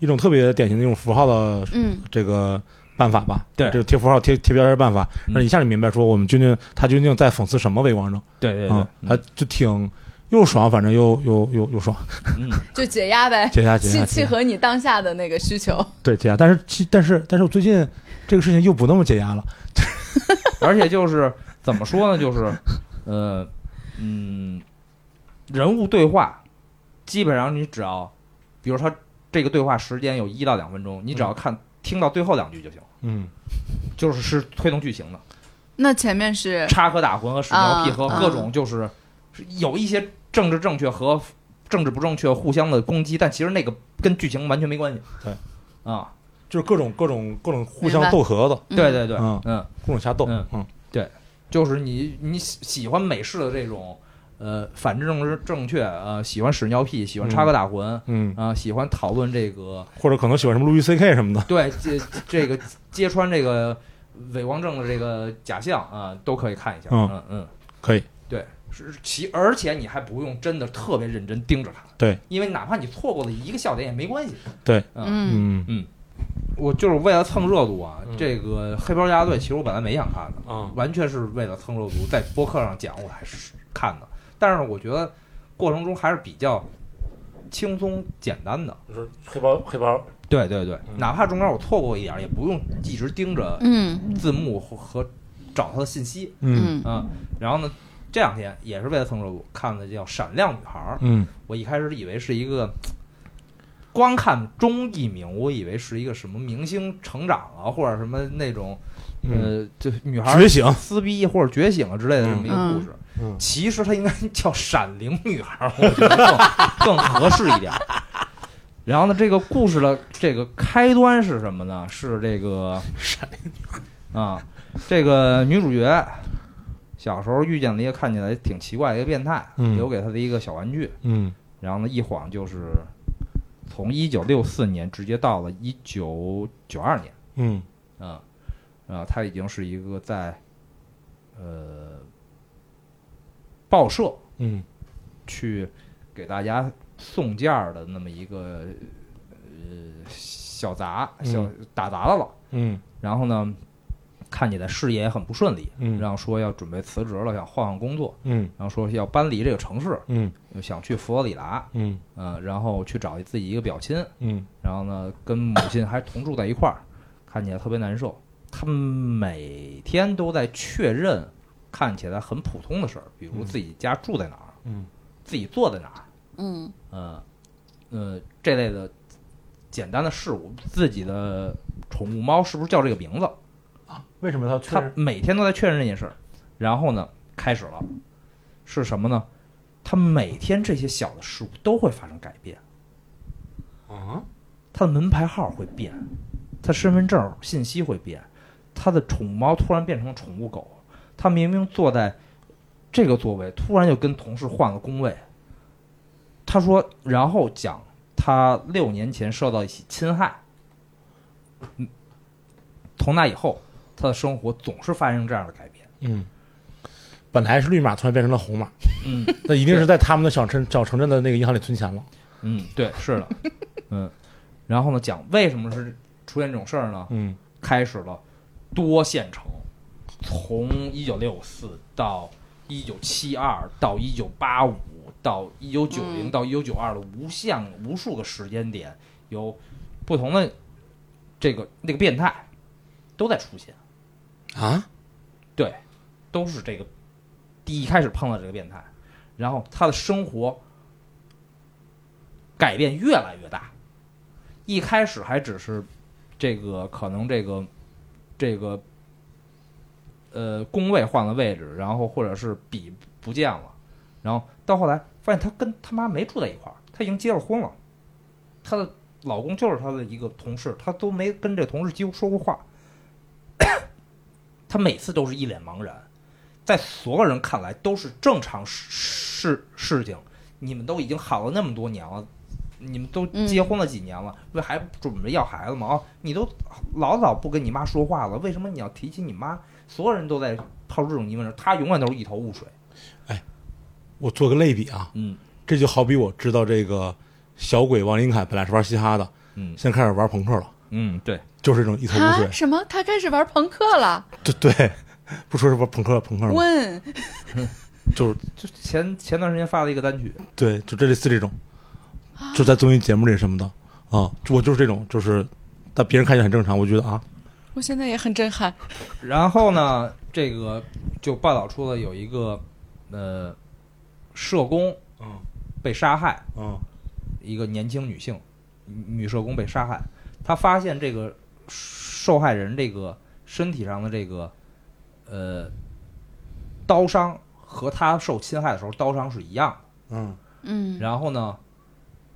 Speaker 1: 一种特别典型的一种符号的
Speaker 3: 嗯
Speaker 1: 这个办法吧，
Speaker 2: 对
Speaker 1: 这个贴符号贴贴标签的办法，
Speaker 2: 嗯
Speaker 1: 让你一下就明白说我们究竟他究竟在讽刺什么伪光正。
Speaker 2: 对对
Speaker 1: 嗯，还就挺又爽，反正又又又又爽，
Speaker 2: 嗯，
Speaker 3: 就解压呗，
Speaker 1: 解压解
Speaker 3: 契
Speaker 1: 压，
Speaker 3: 契
Speaker 1: 解压
Speaker 3: 合你当下的那个需求。
Speaker 1: 对解压。但是其但是但是我最近这个事情又不那么解压了，
Speaker 2: 而且就是怎么说呢，就是呃嗯，人物对话基本上你只要，比如说这个对话时间有一到两分钟，你只要看听到最后两句就行，
Speaker 1: 嗯，
Speaker 2: 就是是推动剧情的，
Speaker 3: <laughs> 那前面是
Speaker 2: 插科打诨和屎尿屁
Speaker 3: 啊
Speaker 2: 和
Speaker 3: 啊
Speaker 2: 各种就是是有一些政治正确和政治不正确互相的攻击，但其实那个跟剧情完全没关系。
Speaker 1: 对，
Speaker 2: 啊，
Speaker 1: 就是各种各种各种互
Speaker 3: 明
Speaker 1: 相
Speaker 3: 白
Speaker 1: 斗合的，
Speaker 2: 对对对，
Speaker 1: 嗯
Speaker 2: 嗯，
Speaker 1: 各种瞎斗，
Speaker 2: 嗯
Speaker 1: 嗯
Speaker 2: 就是你你喜喜欢美式的这种呃反政治正确，呃喜欢屎尿屁，喜欢插科打诨啊、
Speaker 1: 嗯，
Speaker 2: 喜欢讨论这个
Speaker 1: 或者可能喜欢什么路易 C K 什么的，
Speaker 2: 对这这个揭穿这个伪光正的这个假象啊、都可以看一下。
Speaker 1: 嗯
Speaker 2: 嗯嗯，
Speaker 1: 可以，
Speaker 2: 对，是其而且你还不用真的特别认真盯着他，
Speaker 1: 对，
Speaker 2: 因为哪怕你错过了一个笑点也没关系。
Speaker 1: 对，
Speaker 2: 嗯，
Speaker 3: 嗯
Speaker 1: 嗯
Speaker 2: 我就是为了蹭热度啊，
Speaker 1: 嗯
Speaker 2: 这个黑豹家队其实我本来没想看的，
Speaker 1: 啊
Speaker 2: 完全是为了蹭热度，在播客上讲我还是看的，但是我觉得过程中还是比较轻松简单的。
Speaker 1: 你说黑包黑包，
Speaker 2: 对对对，
Speaker 1: 嗯
Speaker 2: 哪怕中间我错过一点儿，也不用一直盯着
Speaker 3: 嗯
Speaker 2: 字幕和和找他的信息
Speaker 1: 嗯
Speaker 3: 嗯
Speaker 2: 啊、然后呢，这两天也是为了蹭热度，看的叫《闪亮女孩》，
Speaker 1: 嗯
Speaker 2: 我一开始以为是一个。光看中艺名，我以为是一个什么明星成长啊，或者什么那种，
Speaker 1: 嗯，
Speaker 2: 呃，就是女孩儿
Speaker 1: 觉醒，
Speaker 2: 撕逼或者觉醒了之类的这么一个故事。
Speaker 1: 嗯嗯
Speaker 2: 其实它应该叫《闪灵女孩》，我觉得更更合适一点。然后呢，这个故事的这个开端是什么呢？是
Speaker 1: <laughs>
Speaker 2: 这个啊，这个女主角小时候遇见了一个看起来挺奇怪的一个变态，
Speaker 1: 嗯
Speaker 2: 留给她的一个小玩具。
Speaker 1: 嗯
Speaker 2: 然后呢，一晃就是从一九六四年直接到了一九九二年。
Speaker 1: 嗯
Speaker 2: 啊，啊，他已经是一个在呃报社
Speaker 1: 嗯
Speaker 2: 去给大家送件儿的那么一个呃小杂小打杂的了。
Speaker 1: 嗯
Speaker 2: 然后呢，看起来事业也很不顺利，
Speaker 1: 嗯
Speaker 2: 然后说要准备辞职了，想换换工作，
Speaker 1: 嗯
Speaker 2: 然后说要搬离这个城市，
Speaker 1: 嗯
Speaker 2: 想去佛罗里达，
Speaker 1: 嗯
Speaker 2: 嗯、然后去找自己一个表亲，
Speaker 1: 嗯
Speaker 2: 然后呢，跟母亲还同住在一块儿，看起来特别难受。他们每天都在确认看起来很普通的事儿，比如
Speaker 1: 嗯
Speaker 2: 自己家住在哪儿，
Speaker 1: 嗯
Speaker 2: 自己坐在哪儿，
Speaker 3: 嗯
Speaker 2: 呃，呃，这类的简单的事物。自己的宠物猫是不是叫这个名字？
Speaker 1: 为什么他
Speaker 2: 他每天都在确认这件事儿。然后呢，开始了，是什么呢？他每天这些小的事物都会发生改变。
Speaker 1: 啊？
Speaker 2: 他的门牌号会变，他身份证信息会变，他的宠物猫突然变成宠物狗，他明明坐在这个座位，突然就跟同事换了工位。他说，然后讲他六年前受到一起侵害，嗯，从那以后，他的生活总是发生这样的改变。
Speaker 1: 嗯，本来是绿码，突然变成了红码，
Speaker 2: 嗯
Speaker 1: 那一定是在他们的小城小城镇的那个银行里存钱了。
Speaker 2: 嗯，对，是的，嗯，然后呢，讲为什么是出现这种事儿呢？
Speaker 1: 嗯
Speaker 2: 开始了多线程，从一九六四到一九七二到一九八五到一九九零
Speaker 3: 嗯
Speaker 2: 到一九九二的无限无数个时间点，有不同的这个那个变态都在出现。
Speaker 1: 啊，
Speaker 2: 对，都是这个第一开始碰到这个变态，然后他的生活改变越来越大。一开始还只是这个可能这个这个呃工位换了位置，然后或者是笔不见了，然后到后来发现他跟他妈没住在一块儿，他已经结了婚了，她的老公就是她的一个同事，她都没跟这同事几乎说过话。 <coughs> 她每次都是一脸茫然，在所有人看来都是正常事事事情。你们都已经好了那么多年了，你们都
Speaker 3: 嗯
Speaker 2: 结婚了几年了，不、还准备要孩子吗？啊，你都老早不跟你妈说话了，为什么你要提起你妈？所有人都在抛出这种疑问时，她永远都是一头雾水。
Speaker 1: 我做个类比啊，
Speaker 2: 嗯
Speaker 1: 这就好比我知道这个小鬼王林凯本来是玩嘻哈的，
Speaker 2: 嗯
Speaker 1: 现在开始玩朋克了，
Speaker 2: 嗯，对，
Speaker 1: 就是这种一头雾
Speaker 3: 啊
Speaker 1: 水。
Speaker 3: 什么？他开始玩朋克了？
Speaker 1: 对对，不说是玩朋克，
Speaker 2: 嗯
Speaker 1: 朋克吗？
Speaker 3: 问
Speaker 1: 就是
Speaker 2: 就前前段时间发了一个单曲，
Speaker 1: 对，就这类似这种，就在综艺节目里什么的啊，我就是这种，就是但别人看起来很正常，我觉得啊，
Speaker 3: 我现在也很震撼。
Speaker 2: 然后呢，这个就报道出了有一个呃社工
Speaker 1: 嗯
Speaker 2: 被杀害，
Speaker 1: 嗯
Speaker 2: 一个年轻女性女女社工被杀害，她发现这个受害人这个身体上的这个呃刀伤和她受侵害的时候刀伤是一样的，
Speaker 1: 嗯
Speaker 3: 嗯
Speaker 2: 然后呢，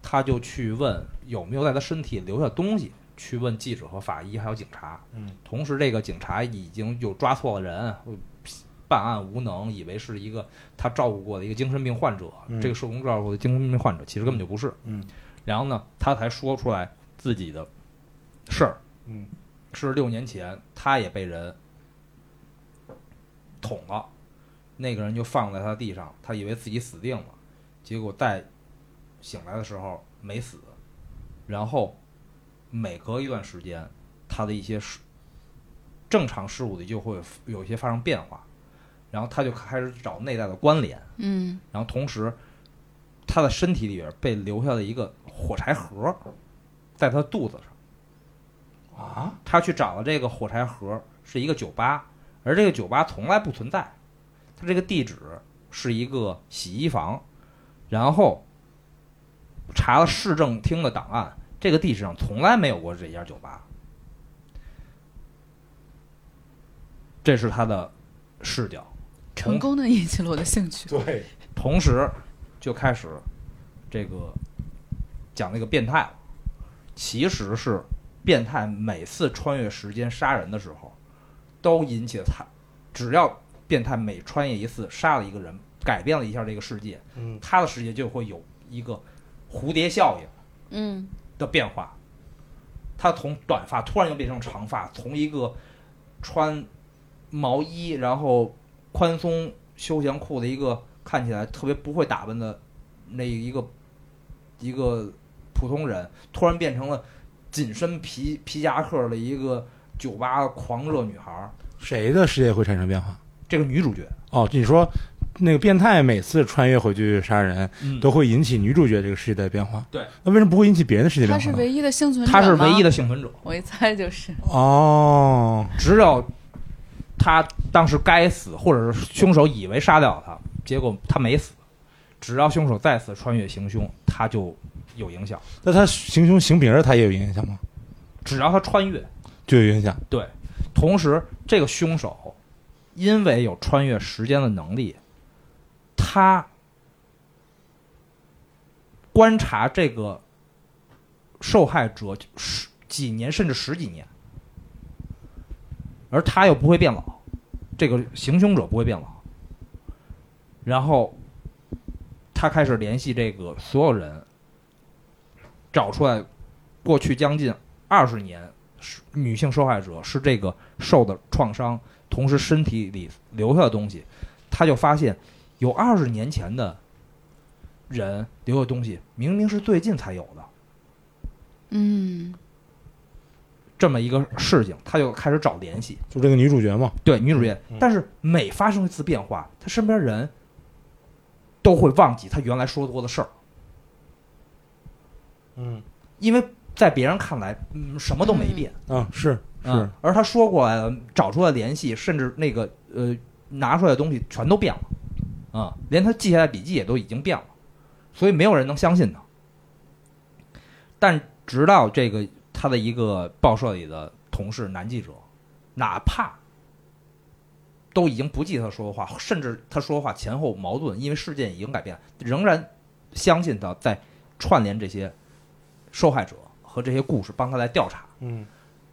Speaker 2: 她就去问有没有在她身体留下东西，去问记者和法医还有警察，
Speaker 1: 嗯
Speaker 2: 同时，这个警察已经又抓错了人，办案无能，以为是一个他照顾过的一个精神病患者，
Speaker 1: 嗯
Speaker 2: 这个社工照顾的精神病患者，其实根本就不是。
Speaker 1: 嗯
Speaker 2: 然后呢，他才说出来自己的事儿，
Speaker 1: 嗯
Speaker 2: 是六年前他也被人捅了，那个人就放在他地上，他以为自己死定了，结果在醒来的时候没死，然后每隔一段时间，他的一些事正常事物里就会有一些发生变化，然后他就开始找内在的关联，
Speaker 3: 嗯
Speaker 2: 然后同时他的身体里边被留下了一个火柴盒，在他肚子上。
Speaker 1: 啊，
Speaker 2: 他去找了这个火柴盒，是一个酒吧，而这个酒吧从来不存在，它这个地址是一个洗衣房，然后查了市政厅的档案，这个地址上从来没有过这家酒吧。这是他的视角，
Speaker 3: 成功的引起了我的兴趣。
Speaker 1: 对，
Speaker 2: 同时就开始这个讲那个变态了。其实是变态每次穿越时间杀人的时候，都引起了他，只要变态每穿越一次杀了一个人，改变了一下这个世界，
Speaker 1: 嗯
Speaker 2: 他的世界就会有一个蝴蝶效应。
Speaker 3: 嗯
Speaker 2: 的变化。他从短发突然又变成长发，从一个穿毛衣然后宽松休闲裤的一个看起来特别不会打扮的那一个一个普通人，突然变成了紧身皮皮夹克的一个酒吧狂热女孩儿。
Speaker 1: 谁的世界会产生变化？
Speaker 2: 这个女主角，
Speaker 1: 哦，你说那个变态每次穿越回去杀人，
Speaker 2: 嗯
Speaker 1: 都会引起女主角这个世界的变化。
Speaker 2: 对，
Speaker 1: 那为什么不会引起别人的世界
Speaker 3: 他
Speaker 1: 变
Speaker 3: 是
Speaker 1: 化呢？
Speaker 3: 唯一的幸存者
Speaker 2: 她是唯一
Speaker 3: 的，
Speaker 2: 的幸存者，
Speaker 3: 我一猜就是。
Speaker 1: 哦，
Speaker 2: 只有他当时该死，或者是凶手以为杀掉了他，结果他没死。只要凶手再次穿越行凶，他就有影响。
Speaker 1: 那他行凶行别人，他也有影响吗？
Speaker 2: 只要他穿越，
Speaker 1: 就有影响。
Speaker 2: 对。同时，这个凶手因为有穿越时间的能力，他观察这个受害者十几年甚至十几年，而他又不会变老，这个行凶者不会变老。然后他开始联系这个所有人，找出来过去将近二十年是女性受害者是这个受的创伤，同时身体里留下的东西，他就发现有二十年前的人留的东西，明明是最近才有的
Speaker 3: 嗯
Speaker 2: 这么一个事情，他就开始找联系。
Speaker 1: 就这个女主角嘛，
Speaker 2: 对女主角
Speaker 1: 嗯，
Speaker 2: 但是每发生一次变化，她身边人都会忘记她原来说过的事儿，
Speaker 1: 嗯
Speaker 2: 因为在别人看来，嗯，什么都没变。
Speaker 1: 啊，是是
Speaker 2: 嗯，而他说过来的，找出来联系，甚至那个呃拿出来的东西全都变了，啊，连他记下来的笔记也都已经变了，所以没有人能相信他。但直到这个他的一个报社里的同事男记者，哪怕都已经不记他说的话，甚至他说的话前后矛盾，因为事件已经改变了，仍然相信他在串联这些受害者和这些故事，帮他来调查。
Speaker 1: 嗯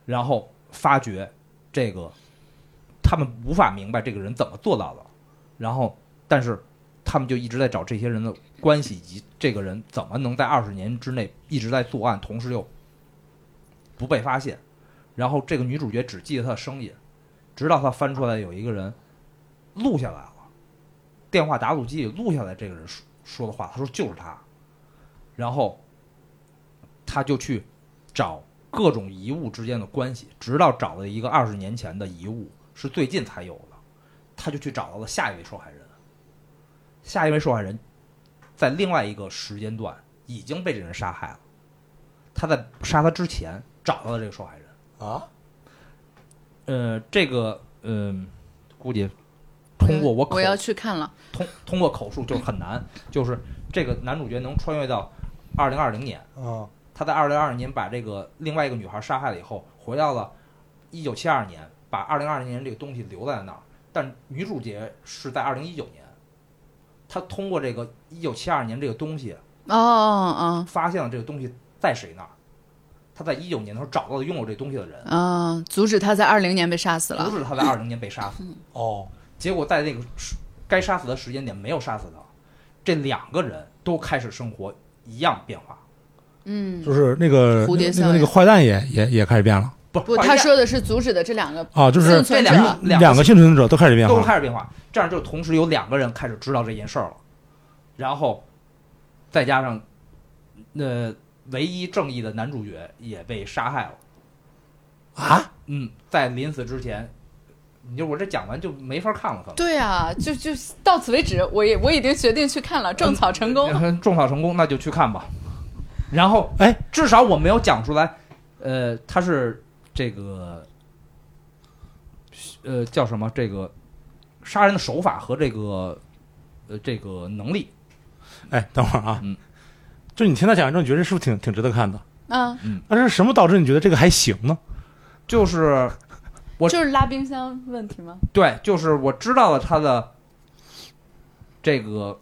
Speaker 2: 然后发觉这个他们无法明白这个人怎么做到的，然后但是他们就一直在找这些人的关系以及这个人怎么能在二十年之内一直在作案，同时又不被发现。然后这个女主角只记得她的声音，直到她翻出来有一个人录下来了，电话打录机里录下来这个人说说的话，她说就是他，然后她就去找各种遗物之间的关系，直到找了一个二十年前的遗物，是最近才有的，他就去找到了下一位受害人。下一位受害人在另外一个时间段已经被这人杀害了，他在杀他之前找到了这个受害人。
Speaker 1: 啊，
Speaker 2: 呃，这个嗯、估计通过我口
Speaker 3: 我要去看了，
Speaker 2: 通通过口述就是很难，就是这个男主角能穿越到二零二零年。
Speaker 1: 嗯
Speaker 2: 他在二零二年把这个另外一个女孩杀害了以后，回到了一九七二年，把二零二零年这个东西留在了那儿。但女主角是在二零一九年，她通过这个一九七二年这个东西，
Speaker 3: 哦哦
Speaker 2: 发现了这个东西在谁那儿。她在一九年的时候找到了拥有这东西的人
Speaker 3: 哦，，啊，阻止他在二零年被杀死
Speaker 2: 阻
Speaker 3: 了，嗯
Speaker 2: 止她在二零年被杀死。
Speaker 1: 哦，
Speaker 2: 结果在那个时该杀死的时间点没有杀死她，这两个人都开始生活一样变化。
Speaker 3: 嗯，
Speaker 1: 就是那个
Speaker 3: 蝴蝶
Speaker 1: 那
Speaker 3: 效
Speaker 1: 个
Speaker 3: 应
Speaker 1: 那个坏蛋也也也开始变了
Speaker 2: 不，
Speaker 3: 不，
Speaker 2: 换一
Speaker 3: 他
Speaker 2: 样
Speaker 3: 说的是阻止的这两个，
Speaker 1: 啊，就是
Speaker 3: 幸存者
Speaker 2: 这两个
Speaker 1: 两个幸存者都开始变
Speaker 2: 都
Speaker 1: 化，
Speaker 2: 开始变化，这样就同时有两个人开始知道这件事儿了，然后再加上，呃，唯一正义的男主角也被杀害了
Speaker 1: 啊！
Speaker 2: 嗯，在临死之前，你就我这讲完就没法看了，可能
Speaker 3: 对啊，就就到此为止，我也我已经决定去看了，种草成功，
Speaker 2: 嗯 <laughs> 种草成功，那就去看吧。然后，
Speaker 1: 哎，
Speaker 2: 至少我没有讲出来，呃，他是这个，呃，叫什么？这个杀人的手法和这个，呃，这个能力，
Speaker 1: 哎，等会儿啊，
Speaker 2: 嗯
Speaker 1: 就你听他讲完之后，你觉得是不是挺挺值得看的？
Speaker 3: 嗯，
Speaker 1: 那是什么导致你觉得这个还行呢？
Speaker 2: 就是我
Speaker 3: 就是拉冰箱问题吗？
Speaker 2: 对，就是我知道了他的这个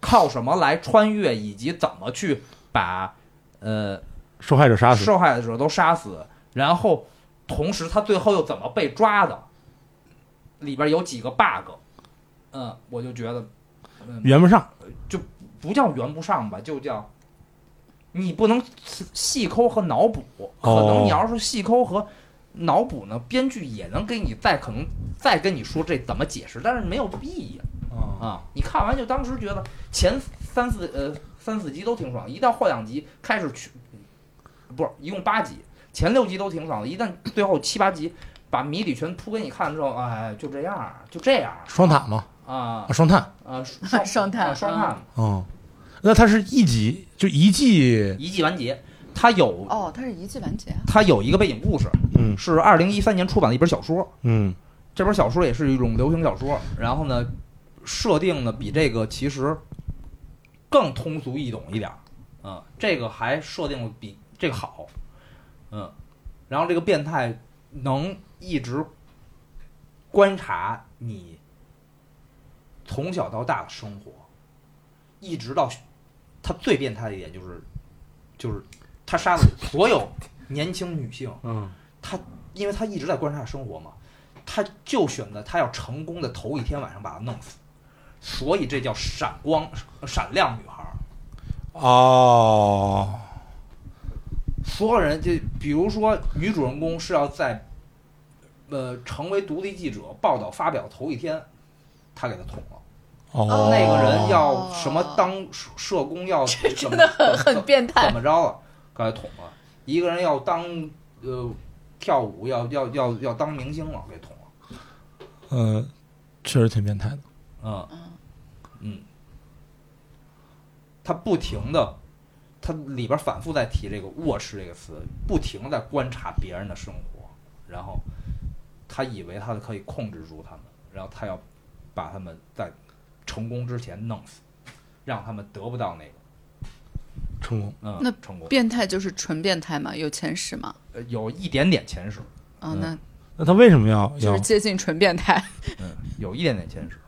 Speaker 2: 靠什么来穿越，以及怎么去把呃
Speaker 1: 受害者杀死，
Speaker 2: 受害者都杀死，然后同时他最后又怎么被抓的，里边有几个 bug，嗯，我就觉得，嗯，
Speaker 1: 圆不上。
Speaker 2: 不叫圆不上吧，就叫你不能细细抠和脑补，可能你要是细抠和脑补呢，编剧也能给你再可能再跟你说这怎么解释，但是没有意义啊！你看完就当时觉得前三四呃三四集都挺爽，一到后两集开始去，不是一共八集，前六集都挺爽的，一旦最后七八集把谜底全铺给你看之后，哎，就这样，就这样
Speaker 1: 双塔嘛，
Speaker 2: 啊
Speaker 1: 啊双探。
Speaker 2: 啊双
Speaker 3: 双探
Speaker 2: 啊双探
Speaker 1: 嗯，那它是一集就一季，
Speaker 2: 一季完结，它有
Speaker 3: 哦，它是一季完结啊，
Speaker 2: 它有一个背景故事，
Speaker 1: 嗯
Speaker 2: 是二零一三年出版的一本小说。
Speaker 1: 嗯
Speaker 2: 这本小说也是一种流行小说，然后呢，设定呢比这个其实更通俗易懂一点儿，嗯，这个还设定的比这个好，嗯，然后这个变态能一直观察你从小到大的生活，一直到他最变态的一点就是，就是他杀了所有年轻女性，
Speaker 1: 嗯，
Speaker 2: 因为他一直在观察生活嘛，他就选择他要成功的头一天晚上把他弄死，所以这叫闪光闪亮女孩儿。
Speaker 1: 哦，
Speaker 2: 所有人就比如说女主人公是要在，呃，成为独立记者报道发表头一天，他给他捅了。
Speaker 1: 哦，
Speaker 2: 那个人要什么当社社工要真
Speaker 3: 哦真的很很变态
Speaker 2: 怎么着了？给他捅了。一个人要当呃跳舞要要要要当明星了，给捅了。
Speaker 1: 嗯，确实挺变态的。
Speaker 2: 嗯，嗯，他不停的，他里边反复在提这个“卧室”这个词，不停的在观察别人的生活，然后他以为他可以控制住他们，然后他要把他们在成功之前弄死，让他们得不到那个
Speaker 1: 成功。
Speaker 2: 嗯
Speaker 3: 那
Speaker 2: 成功，
Speaker 3: 变态就是纯变态嘛，有前世嘛，
Speaker 2: 呃有一点点前世，
Speaker 3: 啊、
Speaker 2: 嗯
Speaker 3: 那
Speaker 1: 那他为什么要
Speaker 3: 就
Speaker 1: 要
Speaker 3: 是接近纯变态。
Speaker 2: 嗯，有一点点前世。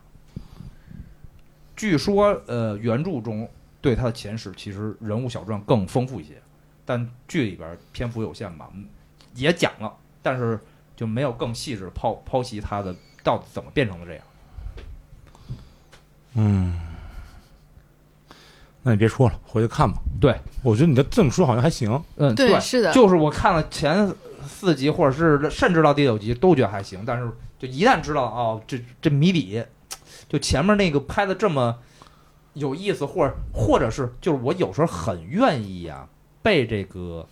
Speaker 2: 据说，呃，原著中对他的前世其实人物小传更丰富一些，但剧里边篇幅有限嘛，嗯也讲了，但是就没有更细致剖剖析他的到底怎么变成了这样。
Speaker 1: 嗯？那你别说了，回去看吧。
Speaker 2: 对，
Speaker 1: 我觉得你这这么说好像还行。
Speaker 2: 嗯，对，
Speaker 3: 是的，
Speaker 2: 就是我看了前四集，或者是甚至到第九集，都觉得还行。但是就一旦知道哦，这这谜底，就前面那个拍的这么有意思，或者或者是就是我有时候很愿意啊，被这个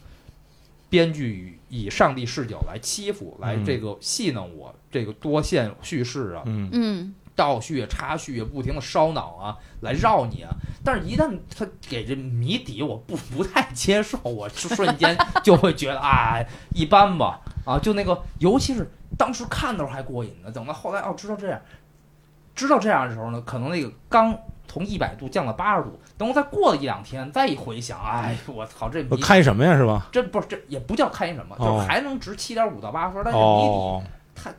Speaker 2: 编剧以上帝视角来欺负，来
Speaker 1: 嗯
Speaker 2: 这个戏弄我，这个多线叙事啊，
Speaker 1: 嗯
Speaker 3: 嗯，
Speaker 2: 倒叙、啊插叙，不停的烧脑啊，来绕你啊。但是，一旦他给这谜底，我不不太接受，我就瞬间就会觉得啊、一般吧，啊，就那个，尤其是当时看的时候还过瘾呢，等到后来哦，知道这样，知道这样的时候呢，可能那个刚从一百度降到八十度，等我再过了一两天，再一回想，哎，我操，这
Speaker 1: 我
Speaker 2: 谜
Speaker 1: 看什么呀？是吧？
Speaker 2: 这不是这也不叫开什么，就
Speaker 1: 哦
Speaker 2: 是还能值七点五到八分，但是谜
Speaker 1: 哦，
Speaker 2: 底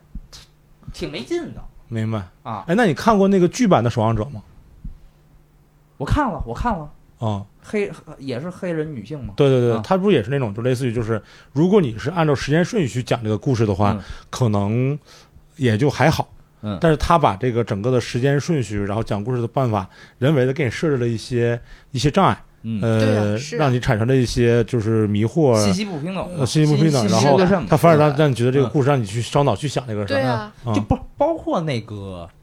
Speaker 2: 挺没劲的
Speaker 1: 明白。
Speaker 2: 啊。
Speaker 1: 哎，那你看过那个剧版的《守望者》吗？
Speaker 2: 我看了，我看了。
Speaker 1: 啊，
Speaker 2: 黑也是黑人女性嘛，
Speaker 1: 对对对
Speaker 2: 啊，
Speaker 1: 它不也是那种，就类似于就是，如果你是按照时间顺序去讲这个故事的话
Speaker 2: 嗯，
Speaker 1: 可能也就还好。
Speaker 2: 嗯
Speaker 1: 但是他把这个整个的时间顺序，然后讲故事的办法，人为的给你设置了一些一些障碍，
Speaker 2: 嗯，
Speaker 3: 对
Speaker 1: 呃
Speaker 3: 啊，是啊
Speaker 1: 让你产生了一些就是迷惑，
Speaker 2: 信息不平等嘛，
Speaker 1: 呃信息不平等，
Speaker 3: 信
Speaker 1: 然
Speaker 3: 息
Speaker 1: 后
Speaker 3: 不
Speaker 2: 对称
Speaker 1: 他反而让
Speaker 3: 嗯
Speaker 1: 让你觉得这个故事让你去烧脑去想这个事
Speaker 3: 对
Speaker 1: 儿，
Speaker 3: 啊，
Speaker 1: 嗯
Speaker 2: 就不包括那个《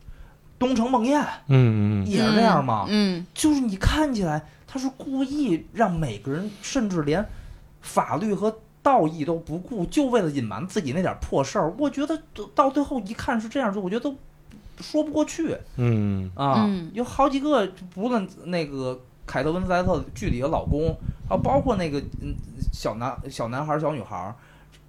Speaker 2: 东城梦魇》
Speaker 1: 嗯嗯嗯，
Speaker 2: 也是这样嘛，
Speaker 3: 嗯，
Speaker 2: 就是你看起来他是故意让每个人，甚至连法律和道义都不顾，就为了隐瞒自己那点破事儿。我觉得到最后一看是这样，我觉得都说不过去
Speaker 1: 嗯
Speaker 2: 啊。
Speaker 3: 嗯
Speaker 2: 有好几个，不论那个凯特温斯莱特剧里的老公，啊，包括那个嗯小男小男孩儿小女孩儿，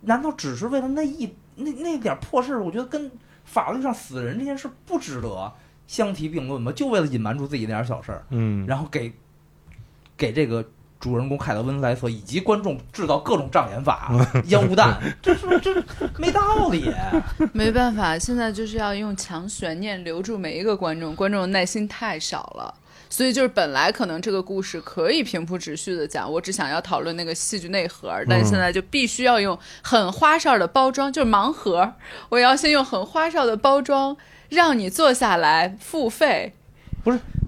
Speaker 2: 难道只是为了那一那那点儿破事儿？我觉得跟法律上死人这件事不值得相提并论吗？就为了隐瞒住自己那点儿小事儿，
Speaker 1: 嗯，
Speaker 2: 然后给给这个主人公凯特温斯莱特以及观众制造各种障眼法、烟雾弹，这是不是这没道理？
Speaker 3: 没办法，现在就是要用强悬念留住每一个观众，观众的耐心太少了。所以就是本来可能这个故事可以平铺直叙的讲，我只想要讨论那个戏剧内核，但
Speaker 1: 嗯
Speaker 3: 是现在就必须要用很花哨的包装，就是盲盒，我要先用很花哨的包装让你坐下来付费。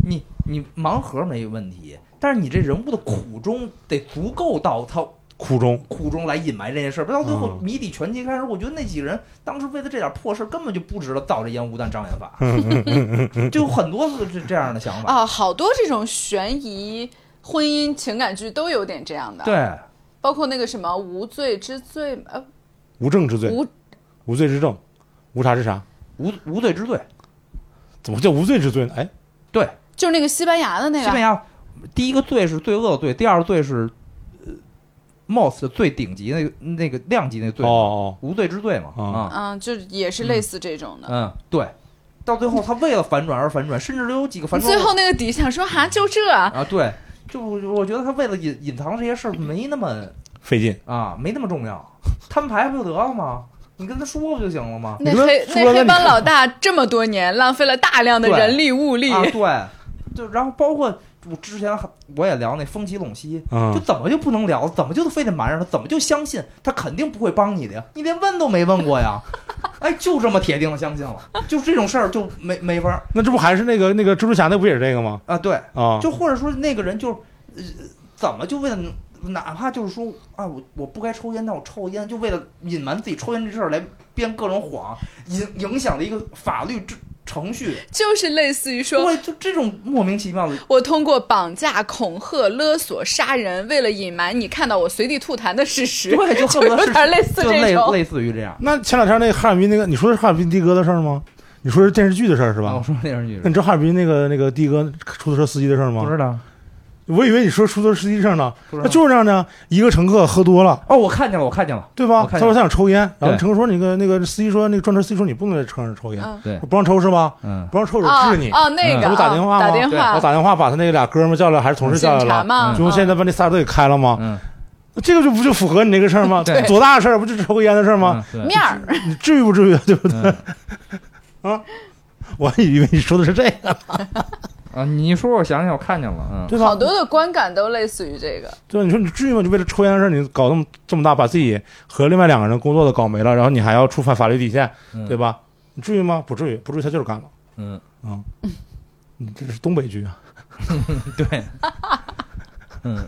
Speaker 2: 你你盲盒没问题，但是你这人物的苦衷得足够到他
Speaker 1: 苦衷，
Speaker 2: 苦衷来隐瞒这件事儿。不到最后
Speaker 1: 嗯
Speaker 2: 谜底全揭开时，我觉得那几个人当时为了这点破事儿，根本就不值得造这烟雾弹障眼
Speaker 1: <laughs>
Speaker 2: 法，就有很多是这样的想法。
Speaker 3: 啊，好多这种悬疑婚姻情感剧都有点这样的，，
Speaker 2: 对，
Speaker 3: 包括那个什么无罪之罪，呃，
Speaker 1: 无证之罪，
Speaker 3: 无
Speaker 1: 无罪之证，无啥之啥，
Speaker 2: 无无罪之罪，
Speaker 1: 怎么叫无罪之罪呢？哎，
Speaker 2: 对，
Speaker 3: 就是那个西班牙的
Speaker 2: <laughs>
Speaker 3: 那
Speaker 2: 西班
Speaker 3: 个，
Speaker 2: 牙第一个罪是罪恶的罪，第二个罪是呃 most 的最顶级那个那个量级那个罪
Speaker 1: 哦
Speaker 2: 嘛，
Speaker 1: 哦，
Speaker 2: 无罪之罪嘛，
Speaker 1: 嗯
Speaker 2: 啊、
Speaker 3: 嗯，就是也是类似这种的。
Speaker 2: 嗯，对，到最后他为了反转而反转，甚至有几个反转
Speaker 3: 最后那个底下说哈，就这啊，
Speaker 2: 啊，对，就我我觉得他为了隐隐藏这些事儿没那么
Speaker 1: 费劲。
Speaker 2: 啊，没那么重要，摊牌不就得了吗？你跟他说不就行了吗？
Speaker 3: 那
Speaker 1: 你说
Speaker 3: 黑
Speaker 1: 说
Speaker 3: 那黑
Speaker 1: 了
Speaker 3: 帮
Speaker 1: 你
Speaker 3: 老大这么多年浪费了大量的
Speaker 2: 对
Speaker 3: 人力物力，
Speaker 2: 啊，对，就然后包括我之前还我也聊那风起陇西，就
Speaker 1: 嗯，
Speaker 2: 怎么就不能聊，怎么就非得瞒着他，怎么就相信他肯定不会帮你的呀？你连问都没问过呀？ <laughs> 哎，就这么铁定的相信了，就这种事儿就没没法儿
Speaker 1: 那这不还是那个那个蜘蛛侠那不也是这个吗？
Speaker 2: 啊，对。
Speaker 1: 啊，
Speaker 2: 就或者说那个人就是，呃，怎么就为了哪怕就是说啊，我我不该抽烟，但我抽烟，就为了隐瞒自己抽烟这事儿来编各种谎，影影响了一个法律制程序，
Speaker 3: <laughs> 就是类似于说。
Speaker 2: 对，就这种莫名其
Speaker 3: <laughs>
Speaker 2: 妙的，
Speaker 3: 我通过绑架、恐吓、勒索、杀人，为了隐瞒你看到我随地吐痰的事实，
Speaker 2: 对，就
Speaker 3: 就
Speaker 2: 恨不得
Speaker 3: 有
Speaker 2: 是
Speaker 3: 点类似
Speaker 2: 就
Speaker 3: 这
Speaker 2: 类
Speaker 3: 种。
Speaker 2: 类似于这样。
Speaker 1: 那前两天那个哈尔滨那个，你说的是哈尔滨的哥的事儿吗？你说是 <laughs> 电视剧的事儿是
Speaker 2: 啊，我
Speaker 1: 吧？
Speaker 2: 说电视剧
Speaker 1: 那你知道哈尔滨那个那个的哥出租车司机的事儿
Speaker 2: 不
Speaker 1: 吗？
Speaker 2: 知道
Speaker 1: 我以为你说出租车司机上呢，
Speaker 2: 不知
Speaker 1: 那
Speaker 2: 道
Speaker 1: 就是这样的，一个乘客喝多了，
Speaker 2: 哦，我看见了，我看见了，
Speaker 1: 对吧？
Speaker 2: 我
Speaker 1: 他
Speaker 2: 看见
Speaker 1: 说
Speaker 2: 了
Speaker 1: 他想抽烟，然后
Speaker 2: 对
Speaker 1: 乘客说那个那个司机说那个专车司机说你不能在车上抽烟，
Speaker 3: 嗯
Speaker 2: 对，
Speaker 1: 不让抽是吧？
Speaker 2: 嗯，
Speaker 1: 不让抽
Speaker 3: 啊
Speaker 1: 我治你。
Speaker 3: 哦，那个
Speaker 1: 这不打电话
Speaker 3: 啊
Speaker 1: 吗
Speaker 3: 打电
Speaker 2: 对
Speaker 3: 话
Speaker 1: 我打电话把他那俩哥们儿叫来，还是同事叫
Speaker 3: 警
Speaker 1: 来
Speaker 3: 察
Speaker 1: 了，
Speaker 3: 嘛，
Speaker 1: 就用
Speaker 3: 嗯
Speaker 1: 现在把那仨都给开了吗？
Speaker 2: 嗯
Speaker 1: 这个就不就符合你那个事儿吗？
Speaker 2: 对
Speaker 1: 多大的事儿，不就抽个烟的事儿吗？
Speaker 2: 嗯？对
Speaker 3: 面儿，
Speaker 1: 你至于不至于啊？对不对？ <laughs> 啊
Speaker 2: 嗯
Speaker 1: 我还以为你说的是这个，
Speaker 2: 啊，你一说我想起来，我看见了，嗯，
Speaker 1: 对吧？
Speaker 3: 好多的观感都类似于这个。
Speaker 1: 对，你说你至于吗？就为了抽烟的事儿，你搞那么这么大，把自己和另外两个人工作都搞没了，然后你还要触犯法律底线，
Speaker 2: 嗯
Speaker 1: 对吧？你至于吗？不至于，不至于，他就是干了。
Speaker 2: 嗯，
Speaker 1: 你这是东北剧啊！
Speaker 2: 对，
Speaker 1: <laughs>
Speaker 2: 嗯，